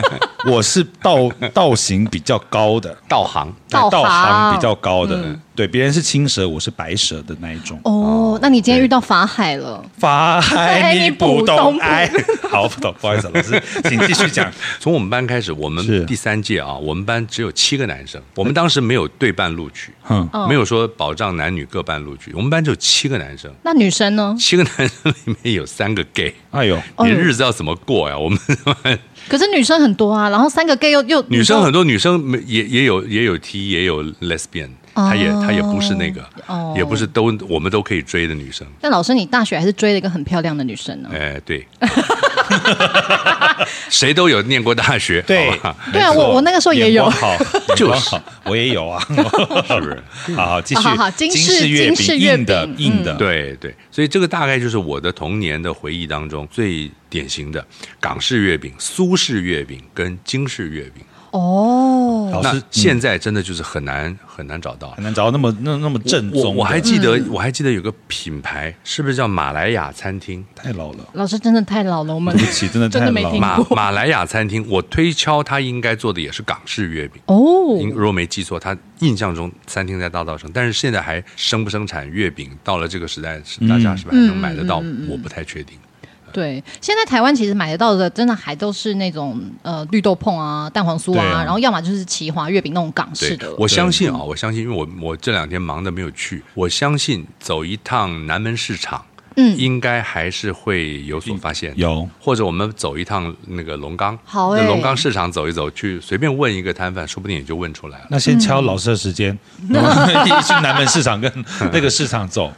[SPEAKER 5] 我是道道行比较高的，
[SPEAKER 6] 道行
[SPEAKER 4] 道行嗯
[SPEAKER 5] 行比较高的。对，别人是青蛇，我是白蛇的那一种。
[SPEAKER 6] 啊
[SPEAKER 4] 哦，那你今天遇到法海了？
[SPEAKER 5] 法
[SPEAKER 4] 哎
[SPEAKER 5] 海
[SPEAKER 4] 你
[SPEAKER 5] 你
[SPEAKER 4] 不
[SPEAKER 5] 不
[SPEAKER 4] 懂
[SPEAKER 5] 懂爱， 好不懂，不好意思，老师，请继续 讲。
[SPEAKER 6] 从我们班开始，我
[SPEAKER 5] 是哎
[SPEAKER 6] 们第三届啊，我们班只有七个男生，我们当时没有对半录取，
[SPEAKER 5] 哼，
[SPEAKER 4] 嗯
[SPEAKER 6] 没有说保障男女各半录取，我们班只有七个男生，
[SPEAKER 4] 那女生呢？
[SPEAKER 6] 七个男生里面有三个 gay，
[SPEAKER 5] 哎呦，
[SPEAKER 4] 哦
[SPEAKER 6] 你日子要怎么过呀？我 们
[SPEAKER 4] 可是女生很多啊，然后三个 gay 又又
[SPEAKER 6] 女生很多，女生没也也有也有 T，也有 lesbian，她也她也不是那个
[SPEAKER 4] 哦，
[SPEAKER 6] 也不是都我们都可以追的女生。
[SPEAKER 4] 但老师，你大学还是追了一个很漂亮的女生呢、
[SPEAKER 6] 哎，对， 谁都有念过大学，
[SPEAKER 5] 对
[SPEAKER 6] 好吧
[SPEAKER 4] 对啊，
[SPEAKER 5] 没错
[SPEAKER 4] 我我那个时候也
[SPEAKER 5] 眼
[SPEAKER 4] 有
[SPEAKER 5] 光。 好，
[SPEAKER 6] 就是
[SPEAKER 5] 眼光好，我也有 啊，是不是？ 好好，继续，
[SPEAKER 4] 好好金氏
[SPEAKER 5] 月
[SPEAKER 4] 金氏月
[SPEAKER 5] 硬的
[SPEAKER 4] 饼，嗯
[SPEAKER 5] 硬的，，
[SPEAKER 6] 对对，所以这个大概就是我的童年的回忆当中最典型的港式月饼、苏式月饼跟京式月饼。
[SPEAKER 4] 哦，
[SPEAKER 5] 老
[SPEAKER 6] 那
[SPEAKER 5] 师
[SPEAKER 6] 现
[SPEAKER 5] 嗯
[SPEAKER 6] 在真的就是很难很难找到
[SPEAKER 5] 很。难找到那么那那么正宗
[SPEAKER 6] 我
[SPEAKER 5] 的。
[SPEAKER 6] 我还记得，我还记得有个品牌，是不是叫马来亚餐厅？
[SPEAKER 5] 太老了，
[SPEAKER 4] 老师真的太老了， 我们
[SPEAKER 5] 对不起，真的
[SPEAKER 4] 真
[SPEAKER 5] 太
[SPEAKER 4] 的
[SPEAKER 5] 老
[SPEAKER 4] 没听
[SPEAKER 5] 了。
[SPEAKER 6] 马
[SPEAKER 4] 过
[SPEAKER 6] 马来亚餐厅，我推敲它应该做的也是港式月饼。
[SPEAKER 4] 哦
[SPEAKER 6] 应如果没记错，他印象中餐厅在大稻城，但是现在还生不生产月饼，到了这个时代，是大家
[SPEAKER 4] 嗯
[SPEAKER 6] 是不是还能买得到？我不太确定。
[SPEAKER 4] 对，现在台湾其实买得到的，真的还都是那种呃绿豆椪啊、蛋黄酥
[SPEAKER 5] 对
[SPEAKER 4] 啊，
[SPEAKER 5] 啊
[SPEAKER 4] 然后要么就是奇华月饼那种港式
[SPEAKER 6] 对
[SPEAKER 4] 的，。
[SPEAKER 6] 我相信啊，我相信，因为我我这两天忙的没有去，我相信走一趟南门市场，
[SPEAKER 4] 嗯
[SPEAKER 6] 应该还是会有所发现。
[SPEAKER 5] 有，
[SPEAKER 6] 或者我们走一趟那个龙岗，
[SPEAKER 4] 好
[SPEAKER 6] 那
[SPEAKER 4] 欸
[SPEAKER 6] 龙岗市场走一走，去随便问一个摊贩，说不定也就问出来了。
[SPEAKER 5] 那先敲老师的时间，然后一去南门市场跟那个市场走，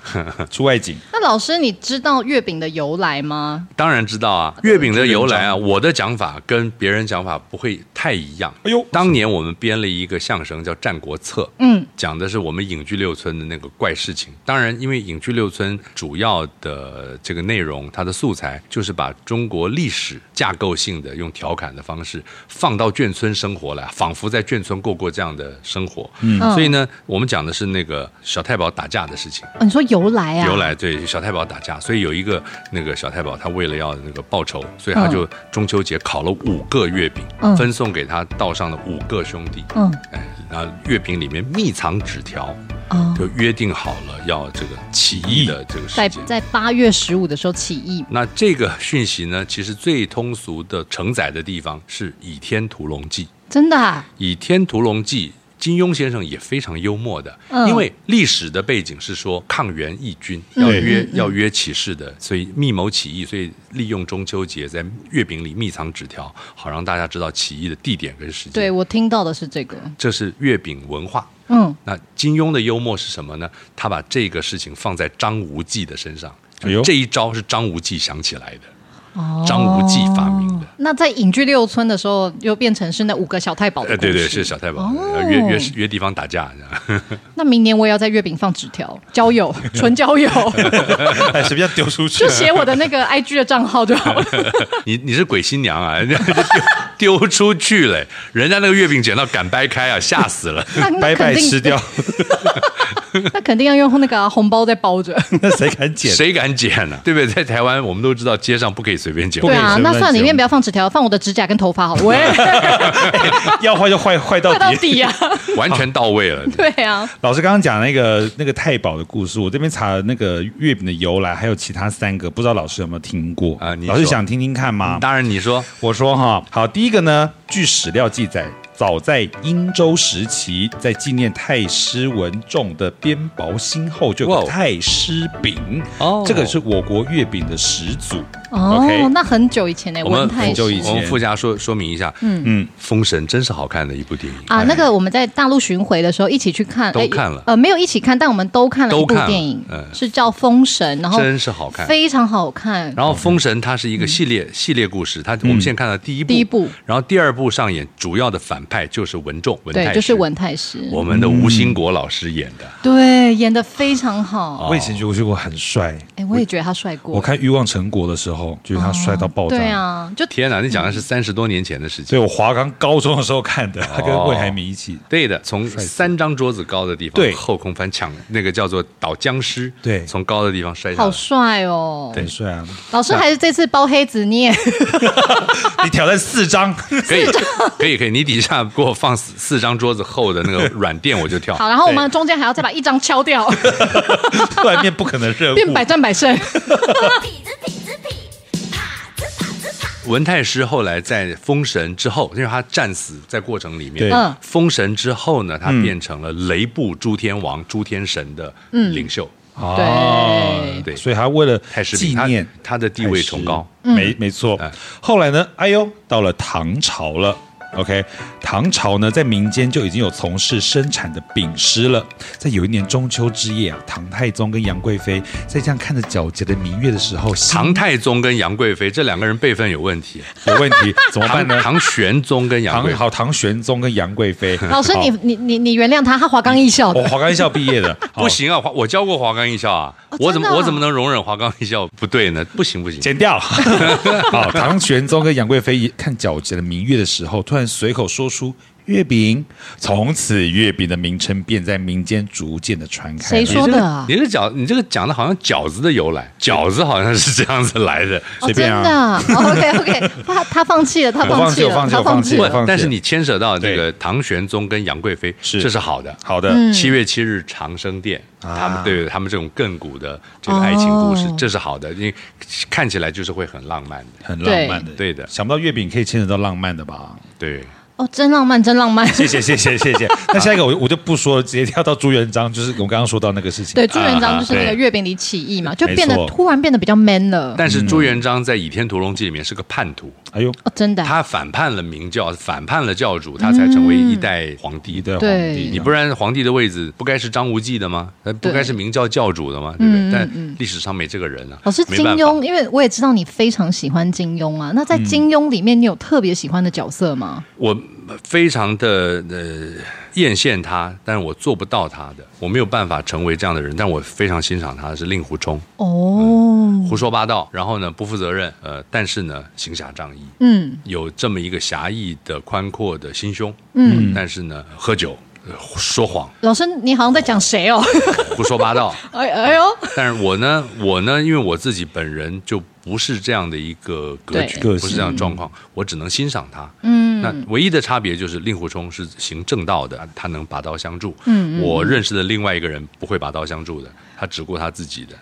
[SPEAKER 5] 出外景。
[SPEAKER 4] 那老师，你知道月饼的由来吗？
[SPEAKER 6] 当然知道啊，月饼的由来啊，我的讲法跟别人讲法不会太一样。
[SPEAKER 5] 哎 呦，
[SPEAKER 6] 当年我们编了一个相声叫《战国策》，
[SPEAKER 4] 嗯，
[SPEAKER 6] 讲的是我们隐居六村的那个怪事情。当然，因为隐居六村主要的这个内容，它的素材就是把中国历史架构性的用调侃的方式放到眷村生活来，仿佛在眷村过过这样的生活。嗯，所以呢，我们讲的是那个小太保打架的事情。
[SPEAKER 4] 哦你说由来啊？
[SPEAKER 6] 由来对小太保打架，所以有一个那个小太保，他为了要那个报仇，所以他就中秋节烤了五个月饼，
[SPEAKER 4] 嗯
[SPEAKER 6] 分送给他道上的五个兄弟。
[SPEAKER 4] 嗯，
[SPEAKER 6] 哎，然后月饼里面密藏纸条，
[SPEAKER 4] 哦，
[SPEAKER 6] 就约定好了要这个起义的这个时
[SPEAKER 4] 在
[SPEAKER 6] 间。
[SPEAKER 4] 在八月十五的时候起义。
[SPEAKER 6] 那这个讯息呢，其实最通俗的承载的地方是《倚天屠龙记》。
[SPEAKER 4] 真的、啊，
[SPEAKER 6] 《倚天屠龙记》，金庸先生也非常幽默的，
[SPEAKER 4] 嗯
[SPEAKER 6] 因为历史的背景是说抗元义军
[SPEAKER 5] 嗯
[SPEAKER 6] 要
[SPEAKER 5] 对
[SPEAKER 6] 约要约起事的，所以密谋起义，所以利用中秋节在月饼里密藏纸条，好让大家知道起义的地点跟时间。
[SPEAKER 4] 对，我听到的是这个。
[SPEAKER 6] 这是月饼文化。
[SPEAKER 4] 嗯，
[SPEAKER 6] 那金庸的幽默是什么呢？他把这个事情放在张无忌的身上，
[SPEAKER 5] 哎呦
[SPEAKER 6] 这一招是张无忌想起来的，
[SPEAKER 4] 哦
[SPEAKER 6] 张无忌发明的。
[SPEAKER 4] 那在隐居六村的时候，又变成是那五个小太保的
[SPEAKER 6] 呃，对对，
[SPEAKER 4] 故事
[SPEAKER 6] 是小太保、
[SPEAKER 4] 哦
[SPEAKER 6] 约约约地方打架，这样
[SPEAKER 4] 那明年我也要在月饼放纸条， 交友，纯交友，
[SPEAKER 5] 哎，随便丢出去
[SPEAKER 4] 就。写我的那个 IG 的账号就好 了。
[SPEAKER 6] 你你是鬼新娘啊， 人家就丢丢出去 了，人家那个月饼捡到敢掰开啊，吓死了。
[SPEAKER 4] 那那
[SPEAKER 5] 拜拜，
[SPEAKER 4] 肯定
[SPEAKER 5] 吃掉。
[SPEAKER 4] 那肯定要用那个啊、红包再包 着。
[SPEAKER 5] 那谁敢剪？
[SPEAKER 6] 谁敢剪呢、对不对？在台湾，我们都知道街上不可以随便剪
[SPEAKER 5] 不，可以
[SPEAKER 4] 对啊，
[SPEAKER 5] 随便
[SPEAKER 4] 那
[SPEAKER 5] 乱
[SPEAKER 4] 算里
[SPEAKER 5] 剪
[SPEAKER 4] 面不要放纸条，放我的指甲跟头发好了。喂，
[SPEAKER 5] 要坏就坏坏到
[SPEAKER 4] 快到
[SPEAKER 5] 底。
[SPEAKER 4] 底 啊！
[SPEAKER 6] 完全到位了。
[SPEAKER 4] 对啊，
[SPEAKER 5] 老师刚刚讲那个那个太保的故事，我这边查了那个月饼的由来，还有其他三个，不知道老师有没有听过
[SPEAKER 6] 啊你
[SPEAKER 5] 老师
[SPEAKER 6] 说
[SPEAKER 5] 想听听看吗？
[SPEAKER 4] 啊
[SPEAKER 6] 当然，你说
[SPEAKER 5] 我说哈，好，第一个呢，据史料记载，早在殷周时期，在纪念太师文仲的边薄兴后，就有
[SPEAKER 6] 哇
[SPEAKER 5] 个
[SPEAKER 6] 哦
[SPEAKER 5] 太师饼，
[SPEAKER 6] 哦
[SPEAKER 5] 这个是我国月饼的始祖。
[SPEAKER 4] 哦
[SPEAKER 5] OK
[SPEAKER 4] 那很久以前呢，
[SPEAKER 6] 我们
[SPEAKER 4] 文太
[SPEAKER 5] 很久
[SPEAKER 4] 师
[SPEAKER 5] 以前
[SPEAKER 6] 我们附加说说明一下，嗯嗯，《封神》真是好看的一部电影
[SPEAKER 5] 哎
[SPEAKER 4] 啊，那个我们在大陆巡回的时候一起去看，
[SPEAKER 6] 都
[SPEAKER 4] 哎
[SPEAKER 6] 看了
[SPEAKER 4] 呃，没有一起看，但我们都看了一
[SPEAKER 6] 都
[SPEAKER 4] 部
[SPEAKER 6] 看了
[SPEAKER 4] 电影
[SPEAKER 6] 嗯，
[SPEAKER 4] 是叫《封神》，然后
[SPEAKER 6] 真是好看。
[SPEAKER 4] 非常好看。
[SPEAKER 6] 然后《封神》它是一个系列系列故事，它我们现在看到第一部，
[SPEAKER 4] 第一部，
[SPEAKER 6] 然后第二部上演主要的反派就是文仲，文太
[SPEAKER 4] 对，
[SPEAKER 6] 师
[SPEAKER 4] 就是文太师，
[SPEAKER 6] 我们的吴兴国老师演的，
[SPEAKER 4] 对，演的非常
[SPEAKER 6] 哦
[SPEAKER 4] 好。
[SPEAKER 5] 我以前觉得吴秀国很帅，
[SPEAKER 4] 哎，我也觉得他帅过。
[SPEAKER 5] 我看《欲望成果》的时候，觉得他帅到爆炸。
[SPEAKER 4] 对。啊，就
[SPEAKER 6] 天哪！你讲的是三十多年前的事
[SPEAKER 5] 所
[SPEAKER 6] 情。
[SPEAKER 5] 以我华冈高中的时候看的，他跟魏海敏一起。
[SPEAKER 6] 对的，从
[SPEAKER 5] 帅气
[SPEAKER 6] 三张桌子高的地方，
[SPEAKER 5] 对
[SPEAKER 6] 后空翻抢那个叫做倒僵尸，
[SPEAKER 5] 对
[SPEAKER 6] 从高的地方摔下
[SPEAKER 4] 好
[SPEAKER 6] 来。
[SPEAKER 4] 帅哦。
[SPEAKER 5] 很帅啊！
[SPEAKER 4] 老师还是这次包黑子，你也
[SPEAKER 5] 哦你挑战四张，
[SPEAKER 6] 可以，可以，可以，你底下给我放四四张桌子厚的那个软垫，我就跳。
[SPEAKER 4] 好，然后我们中间还要再把一张敲掉，
[SPEAKER 5] 外面不可能任务。
[SPEAKER 4] 变百战百 胜。
[SPEAKER 6] 文太师后来在封神之后，因为他战死在过程里面
[SPEAKER 5] 对，
[SPEAKER 4] 嗯
[SPEAKER 6] 封神之后呢，他变成了雷部诸天
[SPEAKER 5] 嗯
[SPEAKER 6] 王、诸天神的领袖。
[SPEAKER 5] 哦
[SPEAKER 6] 对
[SPEAKER 5] 所以他为了
[SPEAKER 6] 太师
[SPEAKER 5] 纪
[SPEAKER 6] 饼他
[SPEAKER 5] 念
[SPEAKER 6] 他的地位崇高，
[SPEAKER 5] 太师没没错
[SPEAKER 6] 哎。
[SPEAKER 5] 后来呢，哎呦，到了唐朝了。OK，唐朝呢，在民间就已经有从事生产的饼师了。在有一年中秋之夜啊，唐太宗跟杨贵妃在这样看着皎洁的明月的时候，心
[SPEAKER 6] 唐太宗跟杨贵妃这两个人辈分有问题，
[SPEAKER 5] 有问 题，怎么办
[SPEAKER 6] 唐
[SPEAKER 5] 呢？
[SPEAKER 6] 唐玄宗跟杨
[SPEAKER 5] 唐
[SPEAKER 6] 贵妃。
[SPEAKER 5] 好，唐玄宗跟杨贵 妃。
[SPEAKER 4] 老师，
[SPEAKER 5] 好哦
[SPEAKER 4] 你你你你原谅他，他华冈艺校
[SPEAKER 5] 我
[SPEAKER 4] 的。
[SPEAKER 5] 华冈艺校毕业的，好
[SPEAKER 6] 不，行啊，华我教过华冈艺校啊，
[SPEAKER 4] 哦
[SPEAKER 6] 我怎
[SPEAKER 4] 真
[SPEAKER 6] 么
[SPEAKER 4] 的啊
[SPEAKER 6] 我怎么能容忍华冈艺校 不对呢？不行不行，
[SPEAKER 5] 剪掉。 好，唐玄宗跟杨贵妃看皎洁的明月的时候，突然随口说出月饼，从此月饼的名称便在民间逐渐的传开了。
[SPEAKER 4] 谁说
[SPEAKER 6] 你这
[SPEAKER 4] 的
[SPEAKER 6] 个
[SPEAKER 4] 啊
[SPEAKER 6] 你这个饺，你这个讲的好像饺子的由来，饺子好像是这样子来的。
[SPEAKER 5] 随便啊
[SPEAKER 4] 哦真的。OK OK，他他放弃了，他
[SPEAKER 5] 我放弃
[SPEAKER 4] 了，
[SPEAKER 5] 我放弃
[SPEAKER 4] 他
[SPEAKER 5] 我放
[SPEAKER 4] 弃
[SPEAKER 5] 弃
[SPEAKER 6] 不
[SPEAKER 5] 我
[SPEAKER 4] 了。
[SPEAKER 5] 放
[SPEAKER 6] 但是你牵涉到这
[SPEAKER 5] 对
[SPEAKER 6] 个唐玄宗跟杨贵妃，
[SPEAKER 5] 是啊
[SPEAKER 6] 这是好的。
[SPEAKER 5] 好的，
[SPEAKER 4] 嗯
[SPEAKER 6] 七月七日长生殿，他们对他们这种亘古的这个爱情故事
[SPEAKER 4] 哦，
[SPEAKER 6] 这是好的，因为看起来就是会很浪漫的。
[SPEAKER 5] 很浪漫的，
[SPEAKER 6] 对对的
[SPEAKER 5] 想不到月饼可以牵扯到浪漫的吧？
[SPEAKER 6] 对，
[SPEAKER 4] 哦，真浪漫，真浪 漫。
[SPEAKER 5] 谢谢谢谢谢 谢。那下一个我我就不说了，直接跳到朱元璋，就是我刚刚说到那个事情。
[SPEAKER 4] 对，朱元璋就是那
[SPEAKER 5] 啊
[SPEAKER 4] 个
[SPEAKER 5] 对
[SPEAKER 4] 月饼里起义嘛，就变得
[SPEAKER 5] 没错
[SPEAKER 4] 突然变得比较 man 了。
[SPEAKER 6] 但是朱元璋在《倚天屠龙记》里面是个叛徒，
[SPEAKER 5] 哎呦，
[SPEAKER 4] 哦，真的啊，
[SPEAKER 6] 他反叛了明教，反叛了教主，他才成
[SPEAKER 4] 嗯
[SPEAKER 6] 为一代皇
[SPEAKER 5] 一
[SPEAKER 6] 帝。
[SPEAKER 5] 啊代皇
[SPEAKER 4] 对
[SPEAKER 5] 帝，
[SPEAKER 6] 你不然皇帝的位置不该是张无忌的吗？呃不该是明教教主的吗？对不对？但历史上没这个人啊。
[SPEAKER 4] 嗯老师，
[SPEAKER 6] 没
[SPEAKER 4] 金
[SPEAKER 6] 办法
[SPEAKER 4] 庸，因为我也知道你非常喜欢金庸啊。那
[SPEAKER 5] 嗯
[SPEAKER 4] 在金庸里面，你有特别喜欢的角色吗？
[SPEAKER 6] 我非常的呃艳羡他，但是我做不到他的，我没有办法成为这样的人，但我非常欣赏他的是令狐冲，
[SPEAKER 5] 嗯
[SPEAKER 4] 嗯哦，
[SPEAKER 6] 胡说八道，然后呢不负责任，呃，但是呢行侠仗义，
[SPEAKER 4] 嗯，
[SPEAKER 6] 有这么一个侠义的宽阔的心胸，嗯，但是呢喝酒、呃说谎、
[SPEAKER 4] 老师，你好像在讲谁哦？
[SPEAKER 6] 胡说八道，
[SPEAKER 4] 哎哎呦，
[SPEAKER 6] 但是我呢，我呢，因为我自己本人就不是这样的一个格局，
[SPEAKER 5] 对
[SPEAKER 6] 不是这样的状况，我只能欣赏他。嗯，那唯一的差别就是令狐冲是行正道的，他能拔刀相助。嗯，我认识的另外一个人不会拔刀相助的，他只顾他自己的。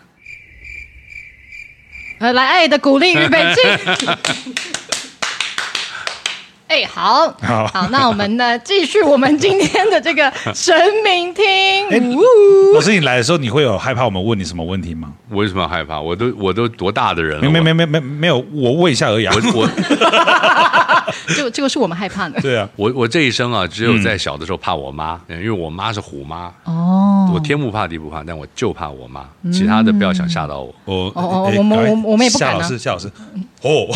[SPEAKER 4] 呃来，爱的鼓励与北京。哎，好
[SPEAKER 5] 好
[SPEAKER 4] 那我们呢，继续我们今天的这个神明
[SPEAKER 5] 哎
[SPEAKER 4] 厅。
[SPEAKER 5] 老师，你来的时候你会有害怕我们问你什么问题吗？
[SPEAKER 6] 我为什么要害怕？我都我都多大的人了？
[SPEAKER 5] 没没
[SPEAKER 6] 我
[SPEAKER 5] 没没没没有，我问一下而已啊。
[SPEAKER 6] 我 我
[SPEAKER 4] 这个这个是我们害怕的
[SPEAKER 5] 对啊，
[SPEAKER 6] 我我这一生啊，只
[SPEAKER 5] 嗯
[SPEAKER 6] 有在小的时候怕我妈，因为我妈是虎妈，
[SPEAKER 4] 哦。
[SPEAKER 6] 我天不怕地不怕，但我就怕我妈，其他的不要想吓到我。
[SPEAKER 5] 我
[SPEAKER 4] 哦
[SPEAKER 5] 哎
[SPEAKER 4] 我们
[SPEAKER 5] 赶快
[SPEAKER 4] 我们我们也不敢啊
[SPEAKER 5] 夏老师，夏老师，哦，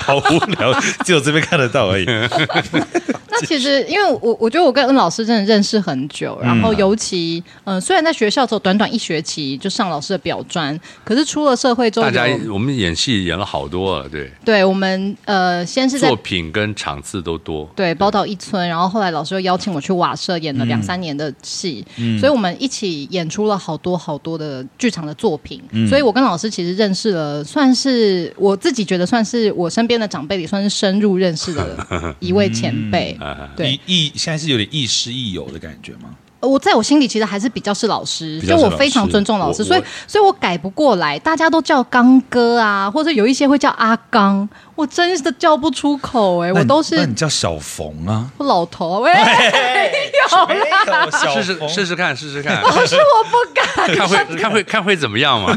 [SPEAKER 5] 好无聊，只有这边看得到而已。
[SPEAKER 4] 那其实，因为我我觉得我跟恩老师真的认识很久，然后尤其，嗯、虽然在学校只有短短一学期就上老师的表专，可是出了社会之后
[SPEAKER 6] 大家
[SPEAKER 4] 有，
[SPEAKER 6] 我们演戏演了好多了，对，
[SPEAKER 4] 对我们呃先是在
[SPEAKER 6] 作品跟场次都多。
[SPEAKER 4] 对，宝岛一村，然后后来老师又邀请我去瓦舍演
[SPEAKER 5] 嗯
[SPEAKER 4] 了两三年的戏，所以我们一起演出了好多好多的剧场的作品。
[SPEAKER 5] 嗯
[SPEAKER 4] 所以我跟老师其实认识了，算是我自己觉得算是我身边的长辈里算是深入认识 的一位前辈。
[SPEAKER 5] 嗯
[SPEAKER 4] 对
[SPEAKER 5] 亦，亦现在是有点亦师亦友的感觉吗？
[SPEAKER 4] 呃我在我心里其实还是比较是老师，
[SPEAKER 5] 比较
[SPEAKER 4] 就是我
[SPEAKER 5] 老
[SPEAKER 4] 非常
[SPEAKER 5] 师
[SPEAKER 4] 尊重老
[SPEAKER 5] 我
[SPEAKER 4] 师，所以
[SPEAKER 5] 我
[SPEAKER 4] 所以我改不过来，大家都叫刚哥啊，或者有一些会叫阿刚，我真的叫不出口哎、
[SPEAKER 5] 那
[SPEAKER 4] 我
[SPEAKER 5] 你
[SPEAKER 4] 都
[SPEAKER 5] 那
[SPEAKER 4] 是
[SPEAKER 5] 你叫小 冯啊？
[SPEAKER 4] 老头啊喂。 有啦
[SPEAKER 5] 啦，小
[SPEAKER 6] 试试
[SPEAKER 5] 冯
[SPEAKER 6] 试试看，试试看，
[SPEAKER 4] 哦是啊我不敢，
[SPEAKER 6] 看会看会看会怎么 样嘛？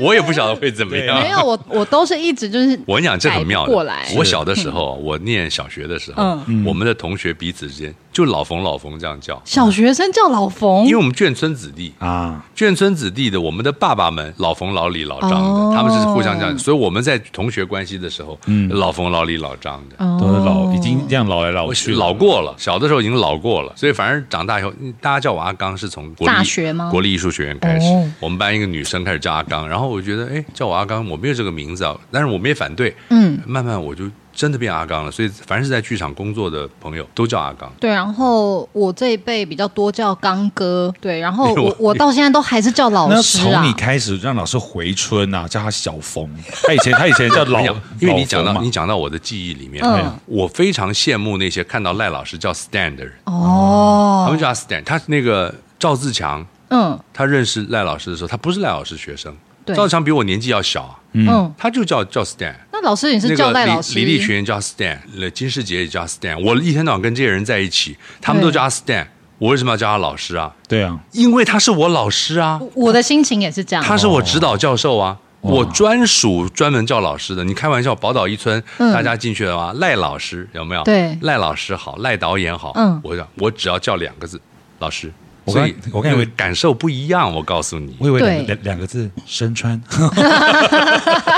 [SPEAKER 6] 我也不晓得会怎么样。
[SPEAKER 4] 没有我，我都是一直就是
[SPEAKER 6] 我跟你讲，这很妙
[SPEAKER 4] 改不
[SPEAKER 6] 的。
[SPEAKER 4] 过来，嗯
[SPEAKER 6] 我小的时候，啊我念小学的时候，我们的同学彼此之间就老冯老冯这样叫，
[SPEAKER 4] 小学生叫老冯，
[SPEAKER 6] 因为我们眷村子弟，
[SPEAKER 5] 啊，
[SPEAKER 6] 眷村子弟的，我们的爸爸们老冯、老李、老张的，
[SPEAKER 4] 哦
[SPEAKER 6] 他们是互相这样，所以我们在同学关系的时候，老冯、老李、老张的，
[SPEAKER 4] 哦
[SPEAKER 5] 都是老，已经这样老来老
[SPEAKER 6] 我
[SPEAKER 5] 去了，
[SPEAKER 6] 老过了，小的时候已经老过了，所以反正长大以后，嗯大家叫我阿刚是从国立
[SPEAKER 4] 大学吗
[SPEAKER 6] 国立艺术学院开始，
[SPEAKER 4] 哦
[SPEAKER 6] 我们班一个女生开始叫阿刚，然后我觉得，哎，叫我阿刚，我没有这个名字啊，但是我们也反对，
[SPEAKER 4] 嗯，
[SPEAKER 6] 慢慢我就真的变阿刚了，所以凡是在剧场工作的朋友都叫阿刚。
[SPEAKER 4] 对，然后我这一辈比较多叫刚哥，对，然 后
[SPEAKER 6] 我
[SPEAKER 4] 我我到现在都还是叫老
[SPEAKER 5] 那
[SPEAKER 4] 师
[SPEAKER 5] 从
[SPEAKER 4] 啊
[SPEAKER 5] 你，开始让老师回春啊，叫他小冯。他以前他以前叫 老
[SPEAKER 6] 哎呀，因为你讲
[SPEAKER 5] 老
[SPEAKER 6] 到
[SPEAKER 5] 冯
[SPEAKER 6] 你
[SPEAKER 5] 嘛
[SPEAKER 6] 讲到我的记忆里面，
[SPEAKER 4] 嗯
[SPEAKER 6] 哎呀我非常羡慕那些看到赖老师叫 Stan 的人，他
[SPEAKER 4] 哦
[SPEAKER 6] 们，叫他 Stan，他那个赵自强，
[SPEAKER 4] 嗯
[SPEAKER 6] 他认识赖老师的时候，他不是赖老师学生，
[SPEAKER 4] 对
[SPEAKER 6] 赵自强比我年纪要小啊，
[SPEAKER 4] 嗯，
[SPEAKER 6] 他就叫叫 Stan。
[SPEAKER 4] 那老师你是
[SPEAKER 6] 那
[SPEAKER 4] 叫
[SPEAKER 6] 个
[SPEAKER 4] 赖老师，
[SPEAKER 6] 李李立群也叫 Stan，呃金世杰也叫 Stan，我一天到晚跟这些人在一起，他们都叫他 Stan，我为什么要叫他老师啊？
[SPEAKER 5] 对啊，
[SPEAKER 6] 因为他是我老师啊，
[SPEAKER 4] 我我的心情也是这样，
[SPEAKER 6] 他是我指导教授啊，
[SPEAKER 5] 哦
[SPEAKER 6] 我专属专门叫老师的。你开玩笑，宝岛一村、
[SPEAKER 4] 嗯
[SPEAKER 6] 大家进去了吗？赖老师有没有？
[SPEAKER 4] 对
[SPEAKER 6] 赖老师好，赖导演好。
[SPEAKER 4] 嗯
[SPEAKER 6] 我讲我只要叫两个字，老师。
[SPEAKER 5] 我
[SPEAKER 6] 所
[SPEAKER 5] 刚
[SPEAKER 6] 以
[SPEAKER 5] 我刚以为
[SPEAKER 6] 那个感受不一样，我告诉你，
[SPEAKER 5] 我以为两
[SPEAKER 4] 对
[SPEAKER 5] 两两个字身 穿，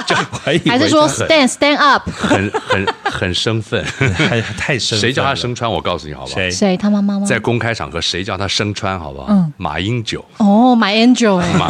[SPEAKER 5] 就还以为
[SPEAKER 4] 还是说
[SPEAKER 5] 很
[SPEAKER 4] stand stand up，
[SPEAKER 6] 很 很很生分。
[SPEAKER 5] 还还太深，
[SPEAKER 6] 谁叫他生？川？我告诉你好不好？
[SPEAKER 5] 谁？
[SPEAKER 4] 谁他妈妈吗？
[SPEAKER 6] 在公开场合谁叫他生川？好不好？
[SPEAKER 4] 嗯
[SPEAKER 6] 马英九，
[SPEAKER 4] 哦，My Angel 哎。
[SPEAKER 6] 马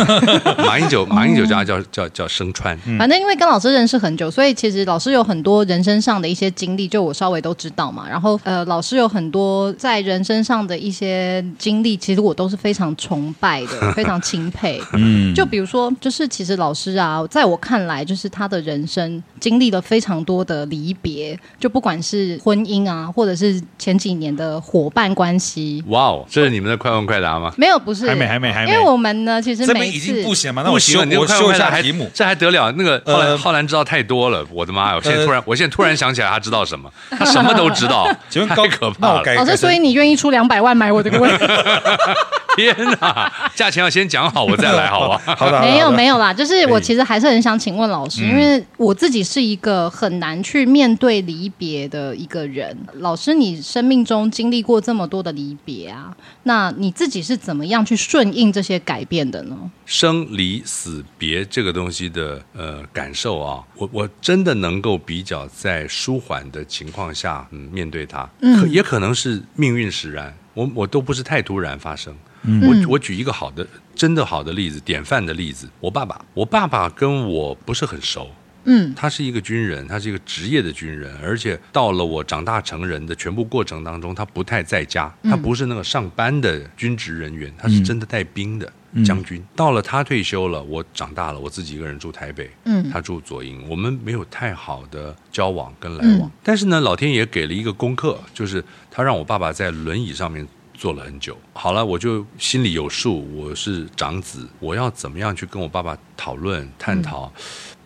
[SPEAKER 6] 马英九，马英九叫他叫叫叫生川。
[SPEAKER 5] 嗯
[SPEAKER 4] 反正因为跟老师认识很久，所以其实老师有很多人生上的一些经历，就我稍微都知道嘛。然后呃，老师有很多在人身上的一些经历，其实我都是非常崇拜 的，非常钦佩。嗯，就比如说，就是其实老师啊，在我看来，就是他的人生经历了非常多的离别，就不管是婚姻啊，或者是前几年的伙伴关系，
[SPEAKER 6] 哇哦，这是你们的快问快答吗？
[SPEAKER 4] 没有不是，
[SPEAKER 5] 还没还没还没
[SPEAKER 4] 因为我们呢，其实
[SPEAKER 5] 这
[SPEAKER 4] 每
[SPEAKER 5] 边
[SPEAKER 4] 一
[SPEAKER 5] 已
[SPEAKER 4] 次
[SPEAKER 5] 经不行嘛？那
[SPEAKER 6] 不
[SPEAKER 5] 我
[SPEAKER 6] 行
[SPEAKER 5] 修
[SPEAKER 6] 了，你
[SPEAKER 5] 我
[SPEAKER 6] 快
[SPEAKER 5] 修
[SPEAKER 6] 问
[SPEAKER 5] 一
[SPEAKER 6] 快答
[SPEAKER 5] 下
[SPEAKER 6] 还
[SPEAKER 5] 题 目。
[SPEAKER 6] 这还得了？那个浩
[SPEAKER 5] 呃
[SPEAKER 6] 兰浩兰知道太多了，我的妈呀！我现在突然，我现在突然想起来，他知道什么？他什么都知道，
[SPEAKER 5] 请问高
[SPEAKER 6] 太可
[SPEAKER 5] 那
[SPEAKER 6] 怕
[SPEAKER 5] 我
[SPEAKER 6] 了！
[SPEAKER 5] 改
[SPEAKER 4] 老师，
[SPEAKER 5] 改成
[SPEAKER 4] 所以你愿意出两百万买我这个问题？
[SPEAKER 6] 天哪，价钱要先讲好，我再来，好吧？
[SPEAKER 5] 好的嗯
[SPEAKER 4] 没有没
[SPEAKER 5] 有
[SPEAKER 4] 有啦，就是我其实还是很想请问老师，因为我自己是一个很难去面对离别的一个人。老师，你生命中经历过这么多的离别啊，那你自己是怎么样去顺应这些改变的呢？
[SPEAKER 6] 生离死别这个东西的呃感受啊，我我真的能够比较在舒缓的情况下，嗯，面对它，可也可能是命运使然，我我都不是太突然发生。我我举一个好的，真的好的例子，典范的例子，我爸爸，我爸爸跟我不是很熟，
[SPEAKER 4] 嗯，
[SPEAKER 6] 他是一个军人，他是一个职业的军人，而且到了我长大成人的全部过程当中，他不太在家，他不是那个上班的军职人员，他是真的带兵的。将军到了，他退休了，我长大了，我自己一个人住台北，
[SPEAKER 4] 嗯
[SPEAKER 6] 他住左营，我们没有太好的交往跟来往。但是呢，老天爷给了一个功课，就是他让我爸爸在轮椅上面坐了很久。好了，我就心里有数，我是长子，我要怎么样去跟我爸爸讨论、探讨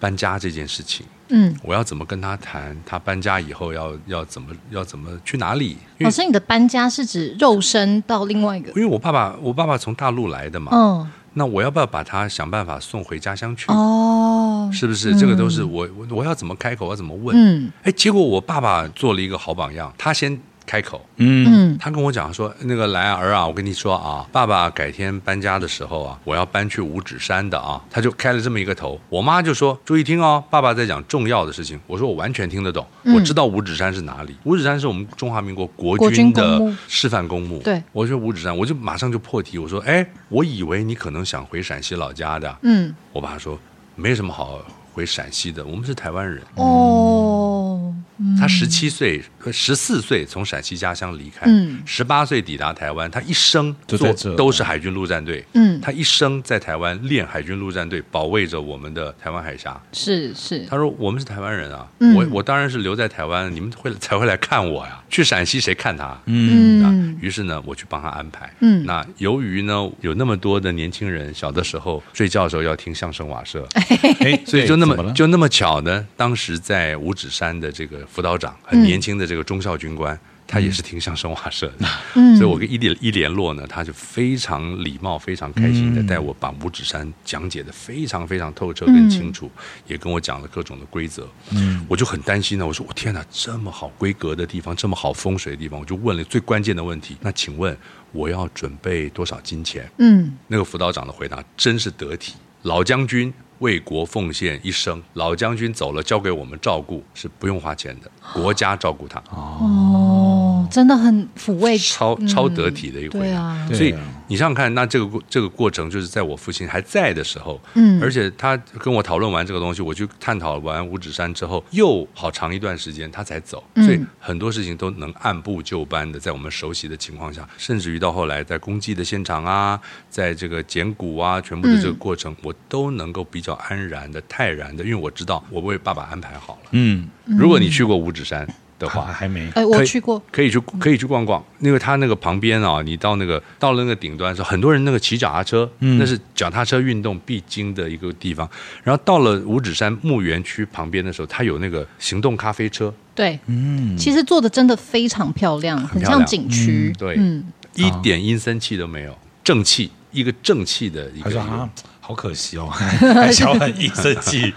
[SPEAKER 6] 搬家这件事情。
[SPEAKER 4] 嗯，
[SPEAKER 6] 我要怎么跟他谈？他搬家以后要要怎么要怎么去哪里？因
[SPEAKER 4] 老
[SPEAKER 6] 为
[SPEAKER 4] 师，你的搬家是指肉身到另外一个
[SPEAKER 6] 因？为我爸爸我爸爸从大陆来的嘛，
[SPEAKER 4] 嗯，
[SPEAKER 6] 那我要不要把他想办法送回家乡去？
[SPEAKER 5] 嗯
[SPEAKER 4] 哦，
[SPEAKER 6] 是不是？这个都是我我我要怎么开口，我要怎么问？
[SPEAKER 4] 嗯
[SPEAKER 6] 哎，结果我爸爸做了一个好榜样，他先开口，
[SPEAKER 5] 嗯
[SPEAKER 3] 嗯，
[SPEAKER 6] 他跟我讲说，那个莱儿啊，我跟你说啊，爸爸改天搬家的时候啊，我要搬去五指山的啊，他就开了这么一个头。我妈就说，注意听哦，爸爸在讲重要的事情。我说我完全听得懂，
[SPEAKER 3] 嗯
[SPEAKER 6] 我知道五指山是哪里。五指山是我们中华民国国
[SPEAKER 3] 国军
[SPEAKER 6] 军的
[SPEAKER 3] 公墓
[SPEAKER 6] 示范公墓。
[SPEAKER 4] 对，
[SPEAKER 6] 我说五指山，我就马上就破题，我说，哎，我以为你可能想回陕西老家的。
[SPEAKER 3] 嗯，
[SPEAKER 6] 我爸说，没什么好回陕西的，我们是台湾人。
[SPEAKER 4] 嗯哦，
[SPEAKER 3] 嗯
[SPEAKER 6] 他十七岁、呃十四岁从陕西家乡离开
[SPEAKER 3] 嗯，
[SPEAKER 6] 十八、岁抵达台湾。他一生
[SPEAKER 5] 就
[SPEAKER 6] 做
[SPEAKER 5] 在这
[SPEAKER 6] 都是海军陆战队，
[SPEAKER 3] 嗯
[SPEAKER 6] 他一生在台湾练海军陆战队，保卫着我们的台湾海峡。
[SPEAKER 4] 是是，
[SPEAKER 6] 他说：“我们是台湾人啊，
[SPEAKER 3] 嗯
[SPEAKER 6] 我我当然是留在台湾，你们会才会来看我呀。去陕西谁看他？
[SPEAKER 5] 嗯
[SPEAKER 6] 那
[SPEAKER 3] 嗯
[SPEAKER 6] 于是呢，我去帮他安排。
[SPEAKER 3] 嗯
[SPEAKER 6] 那由于呢，有那么多的年轻人小的时候睡觉的时候要听相声瓦舍，
[SPEAKER 5] 哎，
[SPEAKER 6] 所
[SPEAKER 5] 对
[SPEAKER 6] 以就那
[SPEAKER 5] 怎
[SPEAKER 6] 么
[SPEAKER 5] 了
[SPEAKER 6] 就那么巧呢，当时在五指山的这个辅导长，
[SPEAKER 5] 嗯
[SPEAKER 6] 很年轻的这个中校军官，他也是听相声瓦舍的，
[SPEAKER 3] 嗯，
[SPEAKER 6] 所以我跟一联一联络呢，他就非常礼貌、非常开心的
[SPEAKER 5] 嗯
[SPEAKER 6] 带我把五指山讲解的非常非常透彻跟清楚，也跟我讲了各种的规则，
[SPEAKER 5] 嗯
[SPEAKER 6] 我就很担心呢，我说我天哪，这么好规格的地方，这么好风水的地方，我就问了最关键的问题，那请问我要准备多少金钱？
[SPEAKER 3] 嗯
[SPEAKER 6] 那个辅导长的回答真是得体。老将军为国奉献一生，老将军走了交给我们照顾是不用花钱的，国家照顾他，
[SPEAKER 3] 哦，真的很抚慰，
[SPEAKER 6] 超
[SPEAKER 3] 嗯
[SPEAKER 6] 超得体的一个回
[SPEAKER 3] 对
[SPEAKER 6] 答。
[SPEAKER 3] 啊，
[SPEAKER 5] 对
[SPEAKER 6] 所以
[SPEAKER 5] 啊
[SPEAKER 6] 你想想看，那这个过这个过程就是在我父亲还在的时候，
[SPEAKER 3] 嗯
[SPEAKER 6] 而且他跟我讨论完这个东西，我去探讨完五指山之后，又好长一段时间他才走，
[SPEAKER 3] 嗯
[SPEAKER 6] 所以很多事情都能按部就班的，在我们熟悉的情况下，甚至于到后来在公祭的现场啊，在这个捡骨啊，全部的这个过
[SPEAKER 3] 嗯
[SPEAKER 6] 程，我都能够比较安然的、泰然的，因为我知道我为爸爸安排好了。
[SPEAKER 5] 嗯，
[SPEAKER 6] 如果你去过五指山的
[SPEAKER 5] 哇，
[SPEAKER 6] 话，
[SPEAKER 5] 还没
[SPEAKER 4] 哎，
[SPEAKER 6] 可
[SPEAKER 4] 我
[SPEAKER 6] 以
[SPEAKER 4] 去过，
[SPEAKER 6] 可以去可以去逛逛，因为它那个旁边啊，你到那个到了那个顶端的时候，很多人那个骑脚踏车，
[SPEAKER 5] 嗯
[SPEAKER 6] 那是脚踏车运动必经的一个地方。然后到了五指山墓园区旁边的时候，它有那个行动咖啡车，
[SPEAKER 4] 对，
[SPEAKER 5] 嗯，
[SPEAKER 4] 其实做的真的非常漂亮，
[SPEAKER 6] 很
[SPEAKER 4] 很
[SPEAKER 6] 漂亮
[SPEAKER 4] 像景区，
[SPEAKER 6] 对，
[SPEAKER 3] 嗯
[SPEAKER 6] 一点阴森气都没有，正气，一个正气的一
[SPEAKER 5] 他
[SPEAKER 6] 个。
[SPEAKER 5] 说啊，好可惜哦， 还小很一生 气。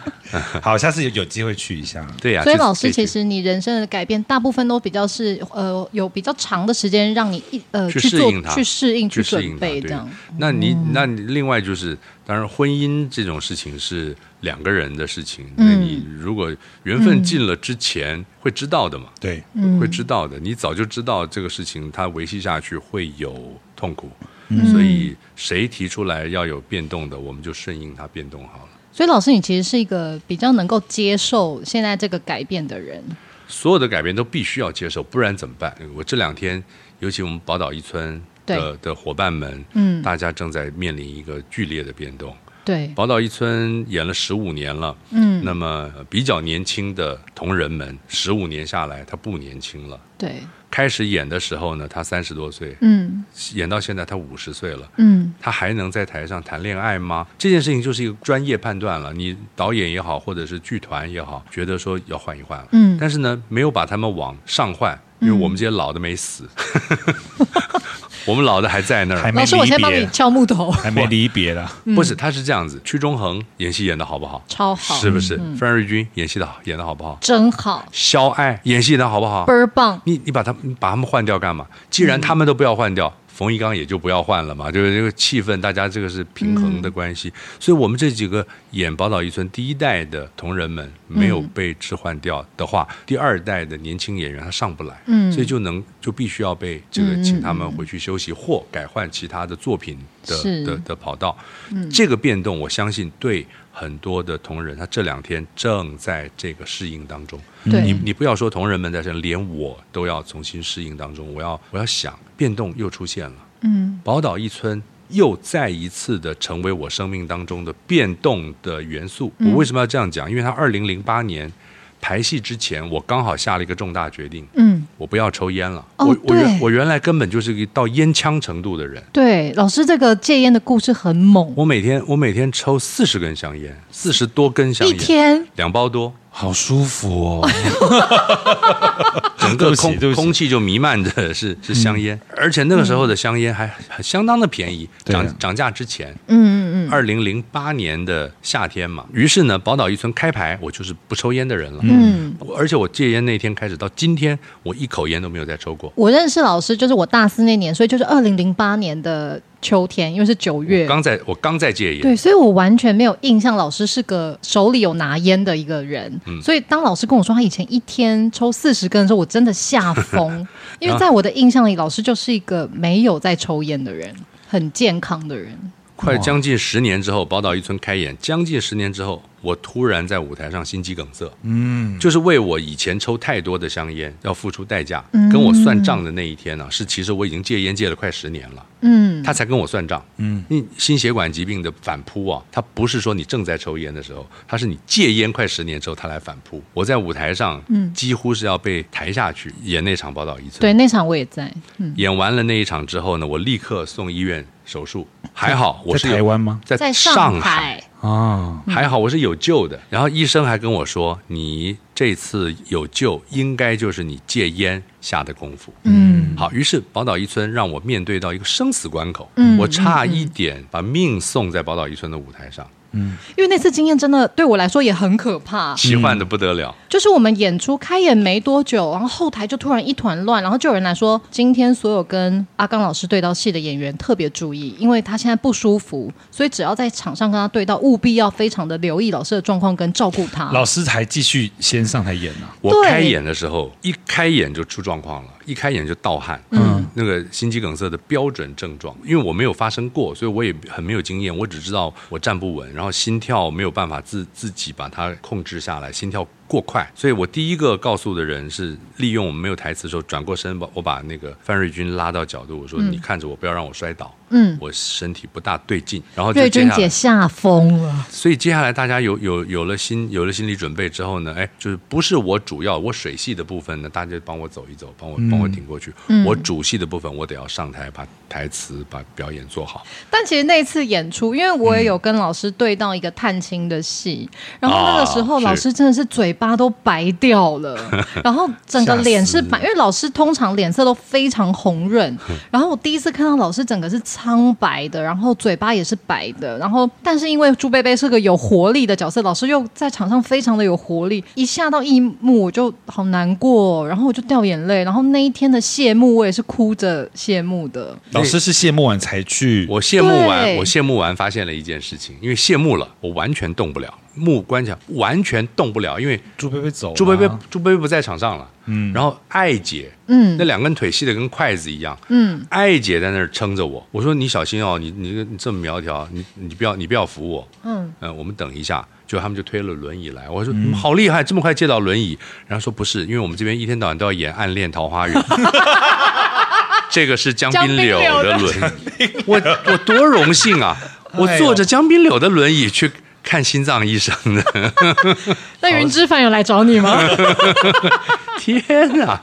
[SPEAKER 5] 好，下次有有机会去一下。
[SPEAKER 6] 对呀、
[SPEAKER 4] 所以
[SPEAKER 6] 啊就是
[SPEAKER 4] 老师，
[SPEAKER 6] 这
[SPEAKER 4] 其
[SPEAKER 6] 句
[SPEAKER 4] 实你人生的改变，大部分都比较是呃有比较长的时间让你一呃
[SPEAKER 6] 去适
[SPEAKER 4] 做
[SPEAKER 6] 应它
[SPEAKER 4] 去适应
[SPEAKER 6] 去适应
[SPEAKER 4] 准
[SPEAKER 6] 它
[SPEAKER 4] 备这
[SPEAKER 6] 对
[SPEAKER 4] 样。嗯
[SPEAKER 6] 那你那你另外就是，当然婚姻这种事情是两个人的事情，那
[SPEAKER 4] 嗯
[SPEAKER 6] 你如果缘分尽了之前会知道的嘛，
[SPEAKER 5] 对，
[SPEAKER 3] 嗯
[SPEAKER 6] 会知道的，你早就知道这个事情它维系下去会有痛苦，
[SPEAKER 3] 嗯
[SPEAKER 6] 所以谁提出来要有变动的，我们就顺应它变动好了。
[SPEAKER 4] 所以老师，你其实是一个比较能够接受现在这个改变的人。
[SPEAKER 6] 所有的改变都必须要接受，不然怎么办？我这两天，尤其我们宝岛一村的的伙伴们，
[SPEAKER 3] 嗯
[SPEAKER 6] 大家正在面临一个剧烈的变动。
[SPEAKER 4] 对，
[SPEAKER 6] 宝岛一村演了十五年了，
[SPEAKER 3] 嗯
[SPEAKER 6] 那么比较年轻的同仁们，十五年下来他不年轻了。
[SPEAKER 4] 对，
[SPEAKER 6] 开始演的时候呢，他三十多岁，
[SPEAKER 3] 嗯
[SPEAKER 6] 演到现在他五十岁了。
[SPEAKER 3] 嗯
[SPEAKER 6] 他还能在台上谈恋爱吗？这件事情就是一个专业判断了。你导演也好，或者是剧团也好，觉得说要换一换了，
[SPEAKER 3] 嗯
[SPEAKER 6] 但是呢，没有把他们往上换，
[SPEAKER 4] 嗯
[SPEAKER 6] 因为我们这些老的没死， 我们老的还在那儿
[SPEAKER 5] 还。没
[SPEAKER 4] 老师，我
[SPEAKER 5] 离
[SPEAKER 4] 先帮你
[SPEAKER 5] 别，
[SPEAKER 4] 敲木 头，
[SPEAKER 5] 还没离别了。
[SPEAKER 4] 嗯
[SPEAKER 6] 不是，他是这样子。屈中恒演戏演的好不好？
[SPEAKER 4] 超好，嗯
[SPEAKER 6] 是不是？范瑞军演戏的演的好不好？
[SPEAKER 4] 真好，
[SPEAKER 6] 肖爱演戏演的好不好
[SPEAKER 4] 倍？儿棒。
[SPEAKER 6] 你你把他你把他们换掉干嘛？既
[SPEAKER 4] 嗯
[SPEAKER 6] 然他们都不要换掉，冯一刚也就不要换了嘛，就是这个气氛，大家这个是平衡
[SPEAKER 4] 嗯
[SPEAKER 6] 的关系。所以，我们这几个演《宝岛一村》第一代的同仁们
[SPEAKER 4] 嗯
[SPEAKER 6] 没有被置换掉的话，第二代的年轻演员他上不来，
[SPEAKER 3] 嗯
[SPEAKER 6] 所以就能就必须要被这个
[SPEAKER 4] 嗯嗯
[SPEAKER 6] 请他们回去休息或改换其他的作品的
[SPEAKER 4] 是嗯
[SPEAKER 6] 的的跑道。这个变动，我相信对很多的同仁，他这两天正在这个适应当中。
[SPEAKER 4] 对
[SPEAKER 6] 嗯你你不要说同仁们在这，连我都要重新适应当中。我要我要想，变动又出现了，
[SPEAKER 3] 嗯
[SPEAKER 6] 宝岛一村又再一次的成为我生命当中的变动的元素。
[SPEAKER 3] 嗯
[SPEAKER 6] 我为什么要这样讲？因为他二零零八年排戏之前，我刚好下了一个重大决定，
[SPEAKER 3] 嗯，
[SPEAKER 6] 我不要抽烟了。
[SPEAKER 3] 哦
[SPEAKER 6] 我我原
[SPEAKER 3] 对
[SPEAKER 6] 我原来根本就是一个到烟枪程度的人。
[SPEAKER 4] 对，老师这个戒烟的故事很猛，
[SPEAKER 6] 我每天我每天抽四十根香烟，四十多根香
[SPEAKER 4] 一
[SPEAKER 6] 烟，
[SPEAKER 4] 天
[SPEAKER 6] 两包多，
[SPEAKER 5] 好舒服哦，对
[SPEAKER 6] 整个
[SPEAKER 5] 不起
[SPEAKER 6] 空
[SPEAKER 5] 对不起嗯
[SPEAKER 6] 空气就弥漫着是是香烟，而且那个时候的香烟还还相当的便宜，
[SPEAKER 5] 对啊
[SPEAKER 6] 涨涨价之前，
[SPEAKER 4] 嗯嗯嗯，
[SPEAKER 6] 二零零八年的夏天嘛，于是呢，宝岛一村开牌，我就是不抽烟的人了。
[SPEAKER 4] 嗯，
[SPEAKER 6] 我而且我戒烟那天开始到今天，我一口烟都没有再抽过。
[SPEAKER 4] 我认识老师就是我大四那年，所以就是二零零八年的秋天，因为是九
[SPEAKER 6] 我
[SPEAKER 4] 月，
[SPEAKER 6] 刚在我刚在戒烟，
[SPEAKER 4] 对，所以我完全没有印象，老师是个手里有拿烟的一个人。
[SPEAKER 6] 嗯
[SPEAKER 4] 所以当老师跟我说他以前一天抽四十根的时候，我真的吓
[SPEAKER 6] 啊
[SPEAKER 4] 疯，因为在我的印象里，老师就是一个没有在抽烟的人，很健康的人。
[SPEAKER 6] 快将近十年之后，宝岛一村开演，将近十年之后，我突然在舞台上心肌梗塞，嗯，就是为我以前抽太多的香烟要付出代价。跟我算账的那一天呢、是其实我已经戒烟戒了快十年了。
[SPEAKER 4] 嗯，
[SPEAKER 6] 他才跟我算账。嗯，你心血管疾病的反扑啊，它不是说你正在抽烟的时候，它是你戒烟快十年之后，它来反扑。我在舞台上，嗯，几乎是要被抬下去演那场《宝岛一村》。
[SPEAKER 4] 对，，那场我也在。
[SPEAKER 6] 演完了那一场之后呢，我立刻送医院手术，还好我是
[SPEAKER 5] 在
[SPEAKER 6] 有
[SPEAKER 5] 台湾吗？
[SPEAKER 6] 在
[SPEAKER 4] 在
[SPEAKER 6] 上海，
[SPEAKER 4] 海，
[SPEAKER 5] 啊，
[SPEAKER 6] 还好我是有救的。然后医生还跟我说，你这次有救，应该就是你戒烟下的功夫。
[SPEAKER 4] 嗯，
[SPEAKER 6] 好，于是宝岛一村让我面对到一个生死关口，
[SPEAKER 4] 嗯
[SPEAKER 6] 我差一点把命送在宝岛一村的舞台上，
[SPEAKER 4] 因为那次经验真的对我来说也很可怕。
[SPEAKER 6] 奇幻的不得了。
[SPEAKER 4] 就是我们演出开演没多久，然后后台就突然一团乱，然后就有人来说，今天所有跟阿刚老师对到戏的演员特别注意，因为他现在不舒服，所以只要在场上跟他对到，务必要非常的留意老师的状况跟照顾他。
[SPEAKER 5] 老师还继续先上台演呢、啊
[SPEAKER 6] 我
[SPEAKER 4] 对
[SPEAKER 6] 开演的时候，一开演就出状况了，一开演就盗汗，嗯，那个心肌梗塞的标准症状，因为我没有发生过，所以我也很没有经验，我只知道我站不稳，然后心跳没有办法自自己把它控制下来，心跳过快，所以我第一个告诉的人是利用我们没有台词的时候转过身把我把那个范瑞军拉到角度，我说、你看着我，不要让我摔倒，
[SPEAKER 4] 嗯，
[SPEAKER 6] 我身体不大对劲，然后就
[SPEAKER 4] 瑞
[SPEAKER 6] 接
[SPEAKER 4] 君
[SPEAKER 6] 下来
[SPEAKER 4] 姐吓疯了，
[SPEAKER 6] 所以接下来大家有有有了心有了心理准备之后呢，哎，就是不是我主要我水戏的部分呢，大家就帮我走一走，帮我、帮我挺过去。我主戏的部分，我得要上台把台词把表演做好。
[SPEAKER 4] 但其实那一次演出，因为我也有跟老师对到一个探亲的戏，然后那个时候
[SPEAKER 6] 啊
[SPEAKER 4] 老师真的是嘴巴都白掉了，然后整个脸是白，因为老师通常脸色都非常红润，然后我第一次看到老师整个是苍白的，然后嘴巴也是白的，然后但是因为朱贝贝是个有活力的角色，老师又在场上非常的有活力，一下到一幕我就好难过，哦然后我就掉眼泪，然后那一天的谢幕我也是哭着谢幕的，
[SPEAKER 5] 老师是谢幕完才去，
[SPEAKER 6] 我谢幕完，
[SPEAKER 4] 对
[SPEAKER 6] 我谢幕完发现了一件事情，因为谢幕了，我完全动不了，幕关起来完全动不了，因为
[SPEAKER 5] 朱贝贝走了啊，
[SPEAKER 6] 朱贝贝朱贝贝不在场上了。嗯，然后艾姐，
[SPEAKER 4] 嗯
[SPEAKER 6] 那两根腿细的跟筷子一样。
[SPEAKER 4] 嗯。
[SPEAKER 6] 艾姐在那儿撑着我，我说你小心哦，你你你这么苗条，你你不要你不要扶我，
[SPEAKER 4] 嗯
[SPEAKER 6] 呃，我们等一下，就他们就推了轮椅来，我说、嗯好厉害，这么快借到轮椅，然后说不是，因为我们这边一天到晚都要演《暗恋桃花源》， 这个是江滨柳的轮椅，我我多荣幸啊，我坐着江滨柳的轮椅去看心脏医生的。
[SPEAKER 4] 那云之凡有来找你吗？
[SPEAKER 6] 天 哪！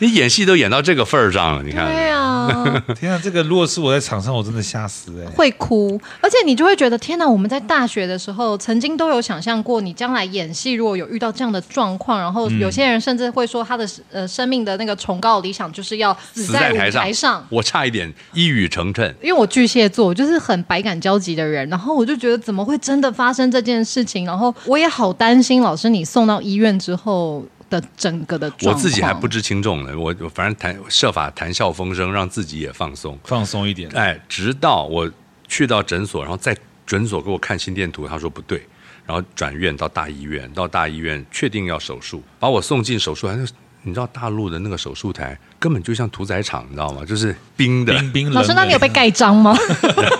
[SPEAKER 6] 你演戏都演到这个份儿上了，你
[SPEAKER 4] 对
[SPEAKER 6] 看，
[SPEAKER 4] 啊，
[SPEAKER 5] 天啊，这个如果是我在场上，我真的吓死哎、
[SPEAKER 4] 会哭，而且你就会觉得天哪！我们在大学的时候，曾经都有想象过，你将来演戏如果有遇到这样的状况，然后有些人甚至会说他的呃生命的那个崇高理想就是要死
[SPEAKER 6] 死
[SPEAKER 4] 在
[SPEAKER 6] 在
[SPEAKER 4] 舞
[SPEAKER 6] 台上，
[SPEAKER 4] 台上。
[SPEAKER 6] 我差一点一语成谶。
[SPEAKER 4] 因为我巨蟹座，我就是很百感交集的人，然后我就觉得怎么会真的发生这件事情？然后我也好担心，老师你送到医院之后的整个的状
[SPEAKER 6] 我
[SPEAKER 4] 况，
[SPEAKER 6] 自己还不知轻重呢，我我反正谈设法谈笑风生，让自己也放松。
[SPEAKER 5] 放松一 点，
[SPEAKER 6] 哎，直到我去到诊所，然后在诊所给我看心电图，他说不对，然后转院到大医院，到大医院确定要手术，把我送进手术台。那你知道大陆的那个手术台根本就像屠宰场，你知道吗？就是冰的，
[SPEAKER 5] 冰冰冷冷。
[SPEAKER 4] 老师，那你有 被盖章吗？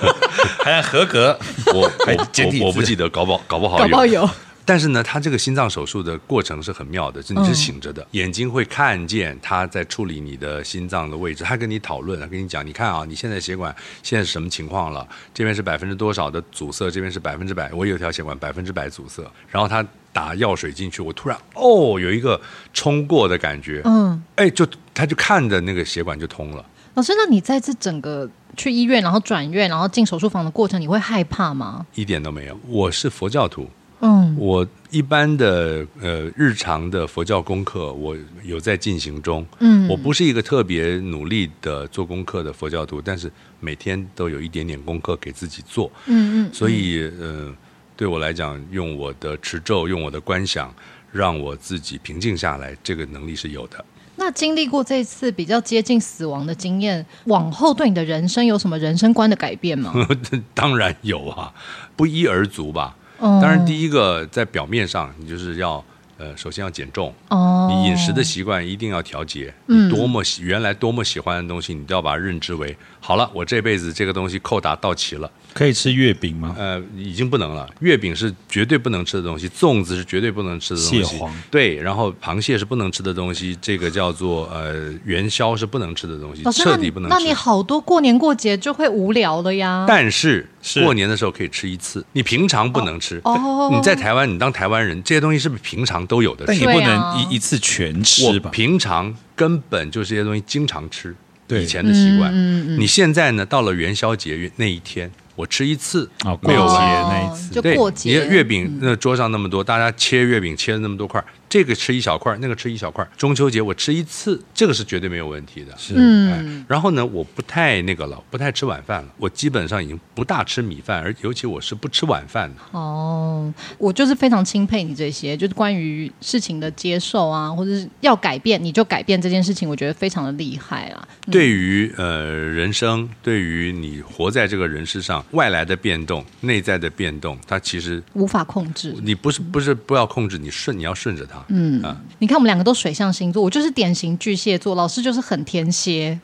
[SPEAKER 5] 还合格？
[SPEAKER 6] 我我
[SPEAKER 5] 还简体字
[SPEAKER 6] 我我不记得，搞不好搞不好
[SPEAKER 4] 搞不好有。
[SPEAKER 6] 但是呢，他这个心脏手术的过程是很妙的，是你是醒着的，眼睛会看见他在处理你的心脏的位置，他跟你讨论，他跟你讲，你看啊，你现在血管现在是什么情况了？这边是百分之多少的阻塞，这边是百分之百，我有一条血管百分之百阻塞，然后他打药水进去，我突然哦有一个冲过的感觉，
[SPEAKER 4] 嗯，
[SPEAKER 6] 哎，就他就看着那个血管就通了。
[SPEAKER 4] 老师，那你在这整个去医院，然后转院，然后进手术房的过程，你会害怕吗？
[SPEAKER 6] 一点都没有。我是佛教徒，嗯，我一般的呃日常的佛教功课，我有在进行中。嗯，我不是一个特别努力的做功课的佛教徒，但是每天都有一点点功课给自己做。
[SPEAKER 4] 嗯嗯，
[SPEAKER 6] 所以呃，对我来讲，用我的持咒，用我的观想，让我自己平静下来，这个能力是有的。
[SPEAKER 4] 那经历过这次比较接近死亡的经验，往后对你的人生有什么人生观的改变
[SPEAKER 6] 嗯
[SPEAKER 4] 吗？
[SPEAKER 6] 当然有啊，不一而足吧。
[SPEAKER 4] 哦
[SPEAKER 6] 当然，第一个在表面上，你就是要呃，首先要减重，
[SPEAKER 4] 哦，
[SPEAKER 6] 你饮食的习惯一定要调节。
[SPEAKER 4] 嗯
[SPEAKER 6] 你多么喜原来多么喜欢的东西，你都要把它认知为好了，我这辈子这个东西扣打到齐了。
[SPEAKER 5] 可以吃月饼吗？
[SPEAKER 6] 呃，已经不能了。月饼是绝对不能吃的东西，粽子是绝对不能吃的东西。
[SPEAKER 5] 蟹黄
[SPEAKER 6] 对，然后螃蟹是不能吃的东西，这个叫做呃元宵是不能吃的东西，
[SPEAKER 4] 老师，那
[SPEAKER 6] 彻
[SPEAKER 4] 你
[SPEAKER 6] 底不能
[SPEAKER 4] 那
[SPEAKER 6] 吃
[SPEAKER 4] 你。好多过年过节就会无聊了呀。
[SPEAKER 6] 但是
[SPEAKER 5] 是
[SPEAKER 6] 过年的时候可以吃一次，你平常不能吃。
[SPEAKER 4] 哦
[SPEAKER 6] 你在台湾，你当台湾人，这些东西是不是平常都有的
[SPEAKER 5] 但
[SPEAKER 6] 吃
[SPEAKER 5] 也不
[SPEAKER 4] 对啊
[SPEAKER 5] 能一一次全
[SPEAKER 6] 我
[SPEAKER 5] 吃吧？
[SPEAKER 6] 平常根本就是这些东西经常吃，
[SPEAKER 5] 对
[SPEAKER 6] 以前的习
[SPEAKER 4] 嗯
[SPEAKER 6] 惯。你现在呢，到了元宵节那一天，我吃一次，
[SPEAKER 5] 啊，过
[SPEAKER 6] 没有
[SPEAKER 5] 节
[SPEAKER 6] 问题
[SPEAKER 5] 那一次，
[SPEAKER 4] 哦就
[SPEAKER 6] 对，
[SPEAKER 4] 过节嗯
[SPEAKER 6] 你看月饼那桌上那么多，大家切月饼切了那么多块，这个吃一小块，那个吃一小块。中秋节我吃一次，这个是绝对没有问题的。哎
[SPEAKER 5] 是
[SPEAKER 4] 嗯，
[SPEAKER 6] 然后呢，我不太那个了，不太吃晚饭了。我基本上已经不大吃米饭，而尤其我是不吃晚饭的。
[SPEAKER 4] 哦，我就是非常钦佩你这些，就是关于事情的接受啊，或者是要改变你就改变这件事情，我觉得非常的厉害啊啦。
[SPEAKER 6] 对于呃人生，对于你活在这个人世上，外来的变动、内在的变动，它其实
[SPEAKER 4] 无法控制。
[SPEAKER 6] 你不是不是不要控制，你顺你要顺着它。嗯啊，
[SPEAKER 4] 你看我们两个都水象星座，我就是典型巨蟹座，老师就是很天 蝎，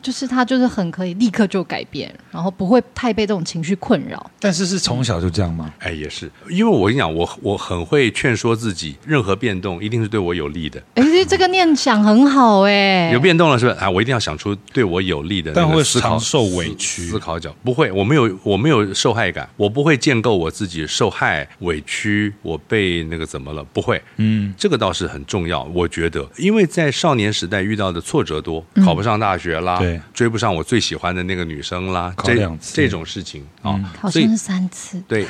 [SPEAKER 4] 就是他就是很可以立刻就改变，然后不会太被这种情绪困扰。
[SPEAKER 5] 但是是从小就这样吗？
[SPEAKER 6] 哎，也是，因为我跟你讲，我我很会劝说自己，任何变动一定是对我有利的。
[SPEAKER 4] 哎，这个念想很好哎、
[SPEAKER 6] 有变动了是不是？啊，我一定要想出对我有利的那个
[SPEAKER 5] 但会
[SPEAKER 6] 思考
[SPEAKER 5] 常受委屈
[SPEAKER 6] 思思考角不会，我没有我没有受害感，我不会建构我自己受害、委屈，我被那个怎么了？不会，
[SPEAKER 5] 嗯，
[SPEAKER 6] 这个倒是很重要，我觉得，因为在少年时代遇到的挫折多，考不上大学啦，
[SPEAKER 5] 嗯对
[SPEAKER 6] 追不上我最喜欢的那个女生啦，
[SPEAKER 5] 考
[SPEAKER 6] 这
[SPEAKER 5] 两次嗯
[SPEAKER 6] 这种事情啊，
[SPEAKER 4] 好
[SPEAKER 6] 所以
[SPEAKER 4] 像是三次，
[SPEAKER 6] 对，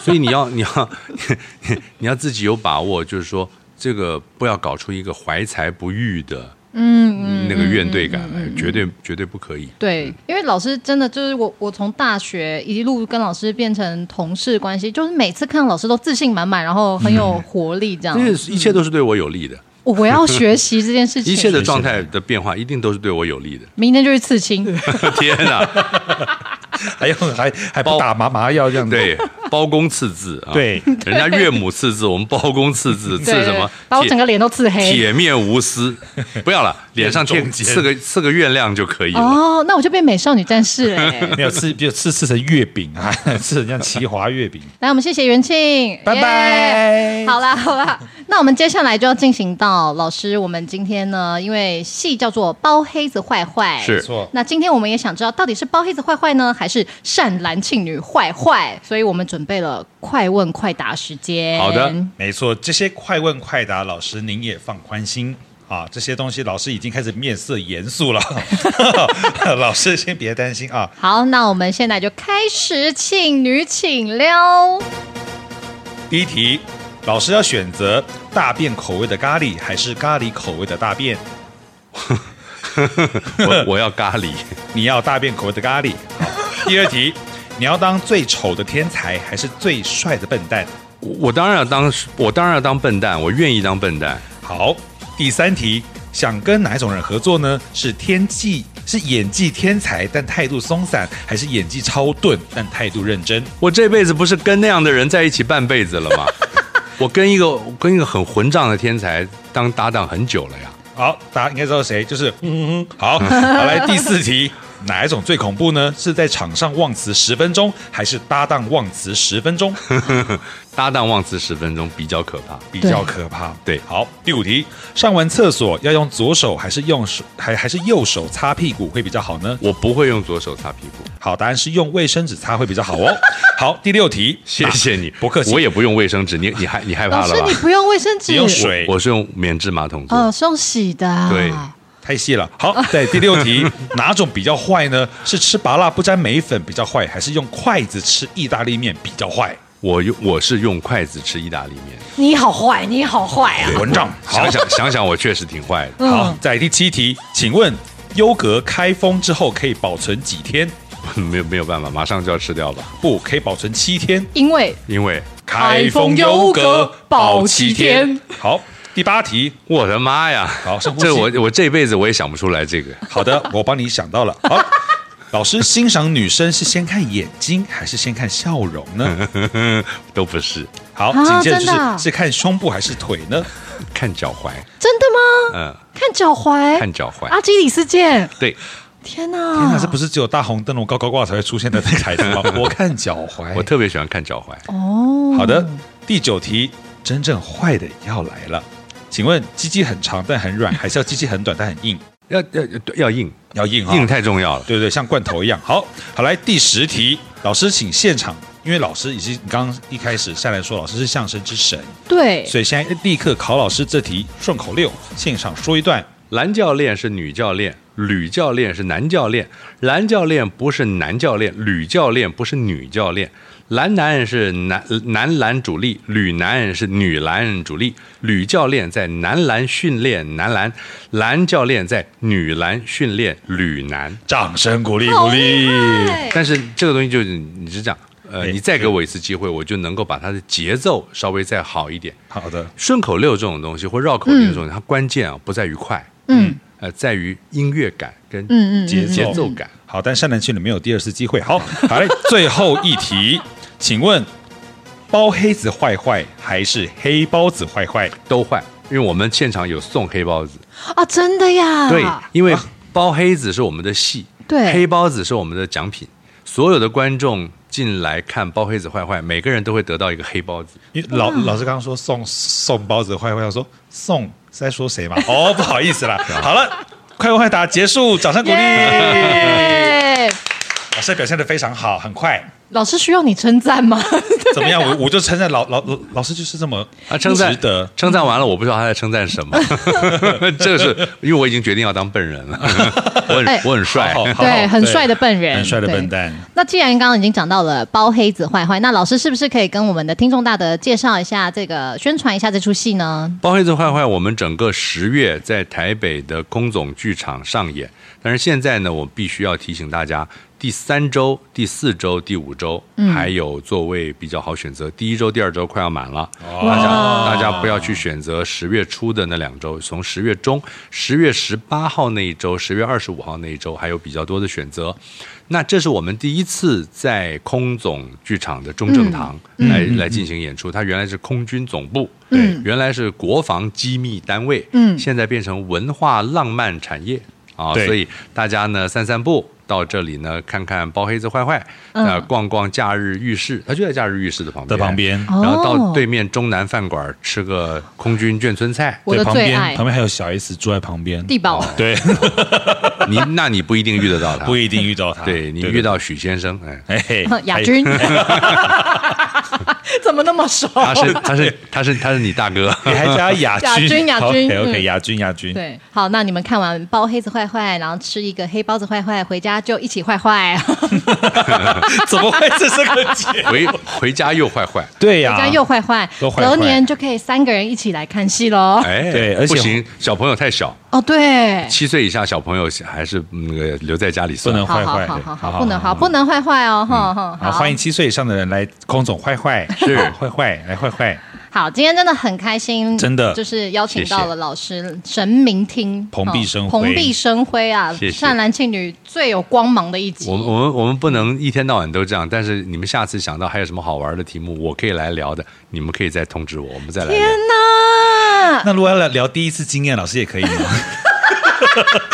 [SPEAKER 6] 所以你要你要 你要自己有把握，就是说这个不要搞出一个怀才不遇的。嗯，那个怨对感来，
[SPEAKER 4] 嗯
[SPEAKER 6] 绝对绝对不可以。
[SPEAKER 4] 对，因为老师真的就是我，我从大学一路跟老师变成同事关系，就是每次看到老师都自信满满，然后很有活力这样。
[SPEAKER 6] 因为一切都是对我有利的，
[SPEAKER 4] 我要学习这件事情，
[SPEAKER 6] 嗯一切的状态的变化一定都是对我有利的。
[SPEAKER 4] 明天就去刺 青，
[SPEAKER 6] 天哪，
[SPEAKER 5] 还有还还不打麻麻药这样子，
[SPEAKER 6] 对，包公刺字啊，
[SPEAKER 5] 对，
[SPEAKER 6] 人家岳母刺字，我们包公刺字，刺
[SPEAKER 4] 对
[SPEAKER 6] 什么？
[SPEAKER 4] 把我整个
[SPEAKER 6] 铁
[SPEAKER 4] 脸都刺黑。
[SPEAKER 6] 铁面无私，不要了，脸上贴
[SPEAKER 5] 中间
[SPEAKER 6] 刺个刺个月亮就可以了。
[SPEAKER 4] 哦，那我就变美少女战士了耶。
[SPEAKER 5] 没有吃，就吃吃成月饼啊， 吃成像奇华月饼。
[SPEAKER 4] 来，我们谢谢元庆，
[SPEAKER 5] 拜拜
[SPEAKER 4] 耶好啦，好啦， 那我们接下来就要进行到老师，我们今天呢，因为戏叫做包黑子坏坏，
[SPEAKER 6] 是没
[SPEAKER 5] 错
[SPEAKER 4] 那今天我们也想知道，到底是包黑子坏坏呢，还是善男信女坏坏？所以我们准备了快问快答时间。
[SPEAKER 6] 好的
[SPEAKER 5] 没错，这些快问快答，老师您也放宽心啊。这些东西老师已经开始面色严肃了， 老师先别担心啊。
[SPEAKER 4] 好，那我们现在就开始，庆女请撩。
[SPEAKER 5] 第一题，老师要选择大便口味的咖喱还是咖喱口味的大便？
[SPEAKER 6] 我我要咖喱，
[SPEAKER 5] 你要大便口味的咖喱。好第二题，你要当最丑的天才还是最帅的笨蛋？
[SPEAKER 6] 我我当然要当，我当然要当笨蛋，我愿意当笨蛋。
[SPEAKER 5] 好，第三题，想跟哪一种人合作呢？是天际是演技天才但态度松散，还是演技超钝但态度认真？
[SPEAKER 6] 我这辈子不是跟那样的人在一起半辈子了 吗？我跟一个我跟一个很混账的天才当搭档很久了呀。
[SPEAKER 5] 好，大家应该知道谁，就是嗯，好，好来第四题，哪一种最恐怖呢？是在场上忘词十分钟，还是搭档忘词十分钟？
[SPEAKER 6] 搭档忘词十分钟比较可怕。
[SPEAKER 5] 比较可怕。
[SPEAKER 6] 对
[SPEAKER 5] 好，第五题，上完厕所要用左手还是用手还还是右手擦屁股会比较好呢？
[SPEAKER 6] 我不会用左手擦屁股，
[SPEAKER 5] 好，答案是用卫生纸擦会比较好 哦。好，第六题，
[SPEAKER 6] 谢谢你，
[SPEAKER 5] 啊不客气
[SPEAKER 6] 我也不用卫生纸，你你害你害
[SPEAKER 4] 老
[SPEAKER 6] 怕
[SPEAKER 4] 师
[SPEAKER 6] 了，吧
[SPEAKER 4] 你？不用卫生纸，
[SPEAKER 5] 只用水，
[SPEAKER 6] 我是用免治马桶
[SPEAKER 4] 哦，
[SPEAKER 6] 座，
[SPEAKER 4] 是用洗的啊。
[SPEAKER 6] 对
[SPEAKER 5] 太细了。好，在第六题，哪种比较坏呢？是吃拔辣不沾眉粉比较坏，还是用筷子吃意大利面比较坏？
[SPEAKER 6] 我用我是用筷子吃意大利面，
[SPEAKER 8] 你好坏，你好坏啊！
[SPEAKER 5] 混账！
[SPEAKER 6] 想想想想，我确实挺坏的。
[SPEAKER 5] 好，在第七题，请问优格开封之后可以保存几天？
[SPEAKER 6] 没有没有办法，马上就要吃掉吧，
[SPEAKER 5] 不可以保存七天。
[SPEAKER 8] 因为
[SPEAKER 6] 因为
[SPEAKER 5] 开封优格保七天。好，第八题，
[SPEAKER 6] 我的妈呀！
[SPEAKER 5] 好深呼吸
[SPEAKER 6] 这我我这辈子我也想不出来这个。
[SPEAKER 5] 好的，我帮你想到 了。好，老师欣赏女生是先看眼睛还是先看笑容 呢？
[SPEAKER 6] 都不是
[SPEAKER 5] 好，
[SPEAKER 8] 啊
[SPEAKER 5] 紧接着就
[SPEAKER 8] 真
[SPEAKER 5] 是、
[SPEAKER 8] 的啊
[SPEAKER 5] 是看胸部还是腿呢？
[SPEAKER 6] 看脚踝，
[SPEAKER 8] 真的吗？
[SPEAKER 6] 嗯，
[SPEAKER 8] 看脚踝，
[SPEAKER 6] 看脚踝
[SPEAKER 4] 啊
[SPEAKER 8] 阿基里斯腱，
[SPEAKER 6] 对
[SPEAKER 8] 天
[SPEAKER 5] 天
[SPEAKER 8] 哪
[SPEAKER 5] 哪，这！啊不是只有大红灯笼高高挂才会出现的台词 吗？我看脚踝。
[SPEAKER 6] 我特别喜欢看脚踝。
[SPEAKER 8] 哦，
[SPEAKER 5] 好的，第九题，真正坏的要来了。请问鸡鸡很长但很软，还是要鸡鸡很短但很硬？
[SPEAKER 6] 要要要硬，
[SPEAKER 5] 要硬啊、
[SPEAKER 6] 硬太重要了。
[SPEAKER 5] 对对，像罐头一样。好，好来第十题，老师请现场，因为老师已经你刚刚一开始下来说老师是相声之神，
[SPEAKER 8] 对，
[SPEAKER 5] 所以现在立刻考老师这题顺口溜，现场说一段。
[SPEAKER 6] 男教练是女教练，女教练是男教练，男教练不是男教练，女教练不是女教练。男男是男男篮主力，女男是女篮主力，女教练在男篮训练男篮，男教练在女篮训练女篮。
[SPEAKER 5] 掌声鼓励鼓励。
[SPEAKER 8] 哦
[SPEAKER 6] 但是这个东西就是你是这样，呃，
[SPEAKER 5] 哎
[SPEAKER 6] 你再给我一次机会，我就能够把它的节奏稍微再好一点。
[SPEAKER 5] 好的，
[SPEAKER 6] 顺口溜这种东西或绕口令这种，它关键啊不在于快，
[SPEAKER 8] 嗯，
[SPEAKER 6] 呃，在于音乐感跟
[SPEAKER 8] 嗯嗯嗯
[SPEAKER 6] 节
[SPEAKER 5] 嗯
[SPEAKER 6] 节奏感。
[SPEAKER 5] 好，但善男信女没有第二次机会。 好，好嘞，最后一题，请问包黑子坏坏还是黑包子坏坏？
[SPEAKER 6] 都坏，因为我们现场有送黑包子，
[SPEAKER 8] 啊，真的呀，
[SPEAKER 6] 对，因为包黑子是我们的戏，
[SPEAKER 8] 啊对
[SPEAKER 6] 黑包子是我们的奖品，所有的观众进来看包黑子坏坏，每个人都会得到一个黑包子，
[SPEAKER 5] 因为老老师刚刚说送送包子坏坏，我说送是在说谁嘛？ 哦，不好意思啦。
[SPEAKER 8] 啊
[SPEAKER 5] 好了，快问快答结束，掌声鼓励。
[SPEAKER 8] 耶
[SPEAKER 5] 老师表现的非常好，很快。
[SPEAKER 8] 老师需要你称赞 吗？
[SPEAKER 5] 怎么样？我我就称赞老老老老师就是这么
[SPEAKER 6] 啊，称赞
[SPEAKER 5] 值得。
[SPEAKER 6] 称赞完了，我不知道他在称赞什么， 这是因为我已经决定要当笨人了， 我很、
[SPEAKER 8] 哎
[SPEAKER 6] 我很帅，
[SPEAKER 5] 好好好
[SPEAKER 8] 对，很帅的笨人，
[SPEAKER 5] 很帅的
[SPEAKER 8] 对
[SPEAKER 5] 笨。蛋。
[SPEAKER 9] 那既然刚刚已经讲到了包黑子坏坏，那老师是不是可以跟我们的听众大德介绍一下这个宣传一下这出戏呢？
[SPEAKER 6] 包黑子坏坏，我们整个十月在台北的空总剧场上演，但是现在呢，我必须要提醒大家，第三周、第四周、第五周、还有座位比较好选择，第一周、第二周快要满了，大家大家不要去选择十月初的那两周，从十月中、十月十八号那一周、十月二十五号那一周还有比较多的选择。那这是我们第一次在空总剧场的中正堂
[SPEAKER 5] 嗯
[SPEAKER 6] 来、来进行演出，它原来是空军总部，对，原来是国防机密单位，嗯，现在变成文化浪漫产业啊，
[SPEAKER 5] 对
[SPEAKER 6] 所以大家呢散散步。到这里呢，看看包黑子坏坏，呃，逛逛假日浴室，它就在假日浴室的
[SPEAKER 5] 嗯
[SPEAKER 6] 旁
[SPEAKER 5] 的
[SPEAKER 6] 边，
[SPEAKER 5] 旁，边，哦
[SPEAKER 6] 然后到
[SPEAKER 9] 哦
[SPEAKER 6] 对面中南饭馆吃个空军卷村菜，
[SPEAKER 8] 我的
[SPEAKER 5] 对旁
[SPEAKER 8] 最
[SPEAKER 5] 边
[SPEAKER 8] 爱
[SPEAKER 5] 旁边还有小 S 住在旁边，哦
[SPEAKER 8] 地保，
[SPEAKER 5] 对，
[SPEAKER 6] 你那你不一定遇得到他，
[SPEAKER 5] 不一啊定遇到他。
[SPEAKER 6] 对你遇到许先生，哎，
[SPEAKER 5] 对对 哎
[SPEAKER 9] 亚军，
[SPEAKER 8] 怎么那么熟？
[SPEAKER 6] 他是他是他是他是你大 哥，
[SPEAKER 5] 哦你还加亚
[SPEAKER 8] 亚军亚 军
[SPEAKER 5] OK
[SPEAKER 8] 嗯
[SPEAKER 5] OK 亚军亚军。
[SPEAKER 8] 对，
[SPEAKER 9] 好，那你们看完包黑子坏坏，然后吃一个黑包子坏坏，回家就一起坏坏，
[SPEAKER 5] 怎么会是这个结？
[SPEAKER 6] 回回家又坏 坏，
[SPEAKER 5] 对呀
[SPEAKER 9] 回家又坏坏，
[SPEAKER 5] 都坏坏
[SPEAKER 9] 隔年就可以三个人一起来看戏喽。
[SPEAKER 6] 哎，
[SPEAKER 5] 对而且
[SPEAKER 6] 不行，小朋友太小，
[SPEAKER 9] 哦，对，
[SPEAKER 6] 七岁以下小朋友还是嗯那个留在家里
[SPEAKER 5] 不
[SPEAKER 6] 算
[SPEAKER 5] 能。坏
[SPEAKER 9] 好
[SPEAKER 5] 坏，
[SPEAKER 9] 好好
[SPEAKER 5] 好
[SPEAKER 9] 好，不能好，不能坏坏哦，哈哈。
[SPEAKER 5] 好，啊欢迎七岁以上的人来空总坏坏，
[SPEAKER 6] 是
[SPEAKER 5] 好坏坏来坏坏，
[SPEAKER 9] 好，今天真的很开心，
[SPEAKER 5] 真的
[SPEAKER 9] 就是邀请到
[SPEAKER 6] 谢谢
[SPEAKER 9] 了老师神明厅，
[SPEAKER 5] 蓬荜生辉
[SPEAKER 9] 蓬荜生辉啊！
[SPEAKER 6] 谢谢
[SPEAKER 9] 善男信女最有光芒的一集
[SPEAKER 6] 我。们我们我们不能一天到晚都这样，但是你们下次想到还有什么好玩的题目，我可以来聊的，你们可以再通知我，我们再来聊。
[SPEAKER 8] 那
[SPEAKER 5] 那如果要聊聊第一次经验，老师也可以 吗？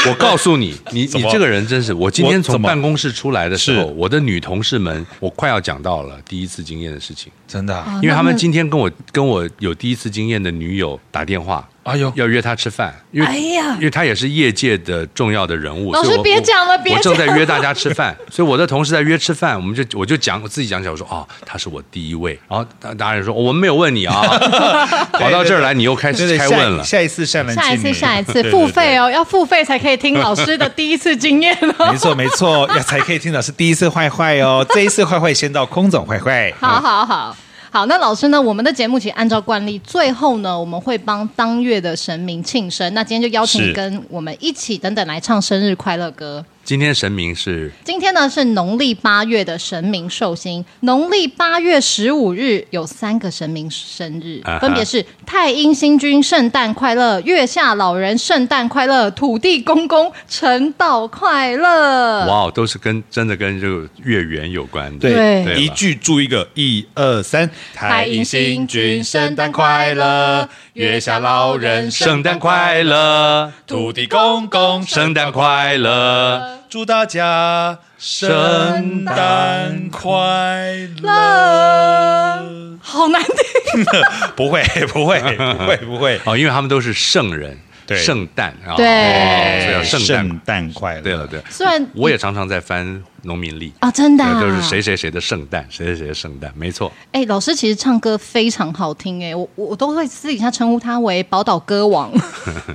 [SPEAKER 6] 我告诉你，你
[SPEAKER 5] 怎
[SPEAKER 6] 你
[SPEAKER 5] 么
[SPEAKER 6] 这个人真是，我今天
[SPEAKER 5] 我
[SPEAKER 6] 从
[SPEAKER 5] 怎么
[SPEAKER 6] 办公室出来的时候，
[SPEAKER 5] 是
[SPEAKER 6] 我的女同事们，我快要讲到了第一次经验的事情，
[SPEAKER 5] 真的啊，
[SPEAKER 6] 因为他们今天跟我跟我有第一次经验的女友打电话，
[SPEAKER 5] 哎呦，
[SPEAKER 6] 要约他吃饭，因为、
[SPEAKER 8] 哎呀
[SPEAKER 6] 因为他也是业界的重要的人物。
[SPEAKER 8] 老师
[SPEAKER 6] 所以我
[SPEAKER 8] 别讲了
[SPEAKER 6] 我
[SPEAKER 8] 别
[SPEAKER 6] 我
[SPEAKER 8] 讲
[SPEAKER 6] 正在约大家吃饭， 所以我的同事在约吃饭，我们就我就讲我自己讲起来，我说哦，他是我第一位，然后大大家就说、哦我们没有问 你啊，跑到这儿来你又开
[SPEAKER 5] 对
[SPEAKER 6] 始
[SPEAKER 5] 哎对，
[SPEAKER 6] 开
[SPEAKER 5] 下
[SPEAKER 6] 问了。
[SPEAKER 5] 下一次善男
[SPEAKER 9] 下一次，
[SPEAKER 5] 信女
[SPEAKER 9] 下一次
[SPEAKER 5] 对
[SPEAKER 9] 付
[SPEAKER 5] 对
[SPEAKER 9] 费哦，要付
[SPEAKER 8] 付费才可以听老师的第一次经验哦。
[SPEAKER 5] 没错没 错，要才可以听老师第一次坏坏哦，这一次坏坏先到空总坏坏，
[SPEAKER 9] 好好好。
[SPEAKER 4] 好，那老师呢？我们的节目其实按照惯例，最后呢，我们会帮当月的神明庆生。那今天就邀请
[SPEAKER 5] 是
[SPEAKER 4] 跟我们一起等等来唱生日快乐歌。
[SPEAKER 6] 今天神明是
[SPEAKER 4] 今天呢是农历八月的神明寿星，农历八月十五日有三个神明生日
[SPEAKER 6] 啊哈，
[SPEAKER 4] 分别是太阴星君圣诞快乐、月下老人圣诞快乐、土地公公成道快
[SPEAKER 8] 呃
[SPEAKER 4] 乐。
[SPEAKER 6] 哇，哦都是跟真的跟这个月圆有关的。
[SPEAKER 5] 对，
[SPEAKER 6] 对
[SPEAKER 5] 一句注一个，一二三，
[SPEAKER 4] 太阴星君圣诞快乐月下老人
[SPEAKER 6] 圣诞快乐，
[SPEAKER 5] 土地公公
[SPEAKER 6] 圣诞快乐，
[SPEAKER 5] 祝大家圣诞快乐！
[SPEAKER 4] 好难听，
[SPEAKER 5] 不会，不会，不会，不 会。
[SPEAKER 6] 哦，因为他们都是圣人，
[SPEAKER 5] 对
[SPEAKER 6] 圣诞啊，
[SPEAKER 4] 对
[SPEAKER 6] 哦所以要圣
[SPEAKER 5] 圣
[SPEAKER 6] 诞。
[SPEAKER 5] 诞快乐！
[SPEAKER 6] 对了，对了，
[SPEAKER 4] 虽然
[SPEAKER 6] 我也常常在翻农民历。
[SPEAKER 4] 啊，真的、啊、
[SPEAKER 6] 对，都是谁谁谁的圣诞，谁谁谁的圣诞，没错。
[SPEAKER 4] 哎、老师其实唱歌非常好听哎、我我我都会私底下称呼他为宝岛歌 王。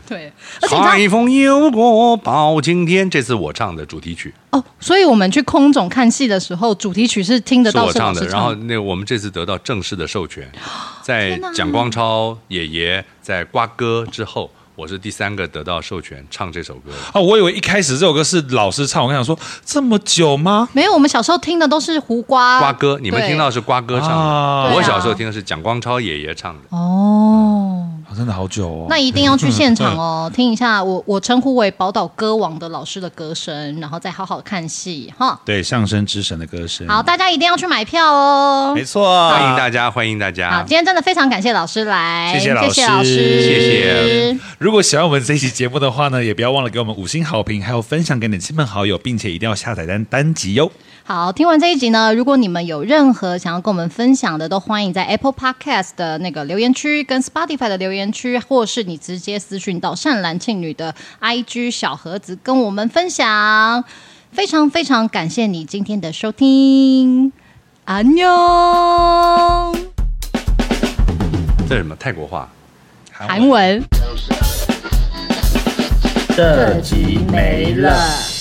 [SPEAKER 4] 对，而且你知道
[SPEAKER 6] 海风游过包青天，这次我唱的主题曲
[SPEAKER 4] 哦，所以我们去空总看戏的时候，主题曲是听得
[SPEAKER 6] 是
[SPEAKER 4] 到
[SPEAKER 6] 我
[SPEAKER 4] 是
[SPEAKER 6] 唱
[SPEAKER 4] 老师
[SPEAKER 6] 的，然后那我们这次得到正式的授 权，在蒋光超爷爷在瓜哥之后，我是第三个得到授权唱这首歌的。
[SPEAKER 5] 哦，我以为一开始这首歌是老师唱，我跟想说这么久吗？
[SPEAKER 4] 没有，我们小时候听的都是胡瓜
[SPEAKER 6] 瓜哥，你们
[SPEAKER 4] 啊对
[SPEAKER 6] 听到是瓜哥唱
[SPEAKER 5] 啊
[SPEAKER 6] 的，
[SPEAKER 4] 对
[SPEAKER 6] 我
[SPEAKER 4] 啊
[SPEAKER 6] 小时候听的是蒋光超爷爷唱的。
[SPEAKER 4] 哦。
[SPEAKER 5] 啊真的好久哦。
[SPEAKER 4] 那一定要去现 场哦，听一下我我称呼为宝岛歌王的老师的歌声，然后再好好看戏哈。
[SPEAKER 5] 对上升之神的歌声，
[SPEAKER 6] 嗯
[SPEAKER 5] 啊
[SPEAKER 4] 好，大家一定要去买票哦
[SPEAKER 5] 没。错，
[SPEAKER 6] 欢迎大家，欢迎大
[SPEAKER 4] 好，
[SPEAKER 6] 家
[SPEAKER 4] 今。天真的非常感谢老师来，
[SPEAKER 5] 谢谢
[SPEAKER 4] 谢
[SPEAKER 5] 老
[SPEAKER 4] 谢老
[SPEAKER 5] 师
[SPEAKER 4] 师，
[SPEAKER 6] 谢谢。
[SPEAKER 5] 如果喜欢我们这一期节目的话呢，也不要忘了给我们五星好评，还有分享给你的亲朋好友，并且一定要下载单单集哟。
[SPEAKER 4] 好，听完这一集呢，如果你们有任何想要跟我们分享的，都欢迎在 Apple Podcast 的那个留言区、跟 Spotify 的留言区，或是你直接私讯到善兰庆女的 IG 小盒子跟我们分享。非常非常感谢你今天的收听，安妞
[SPEAKER 6] 这是什么泰国话？
[SPEAKER 5] 韩
[SPEAKER 4] 韩文。
[SPEAKER 1] 这集没了。
[SPEAKER 4] 了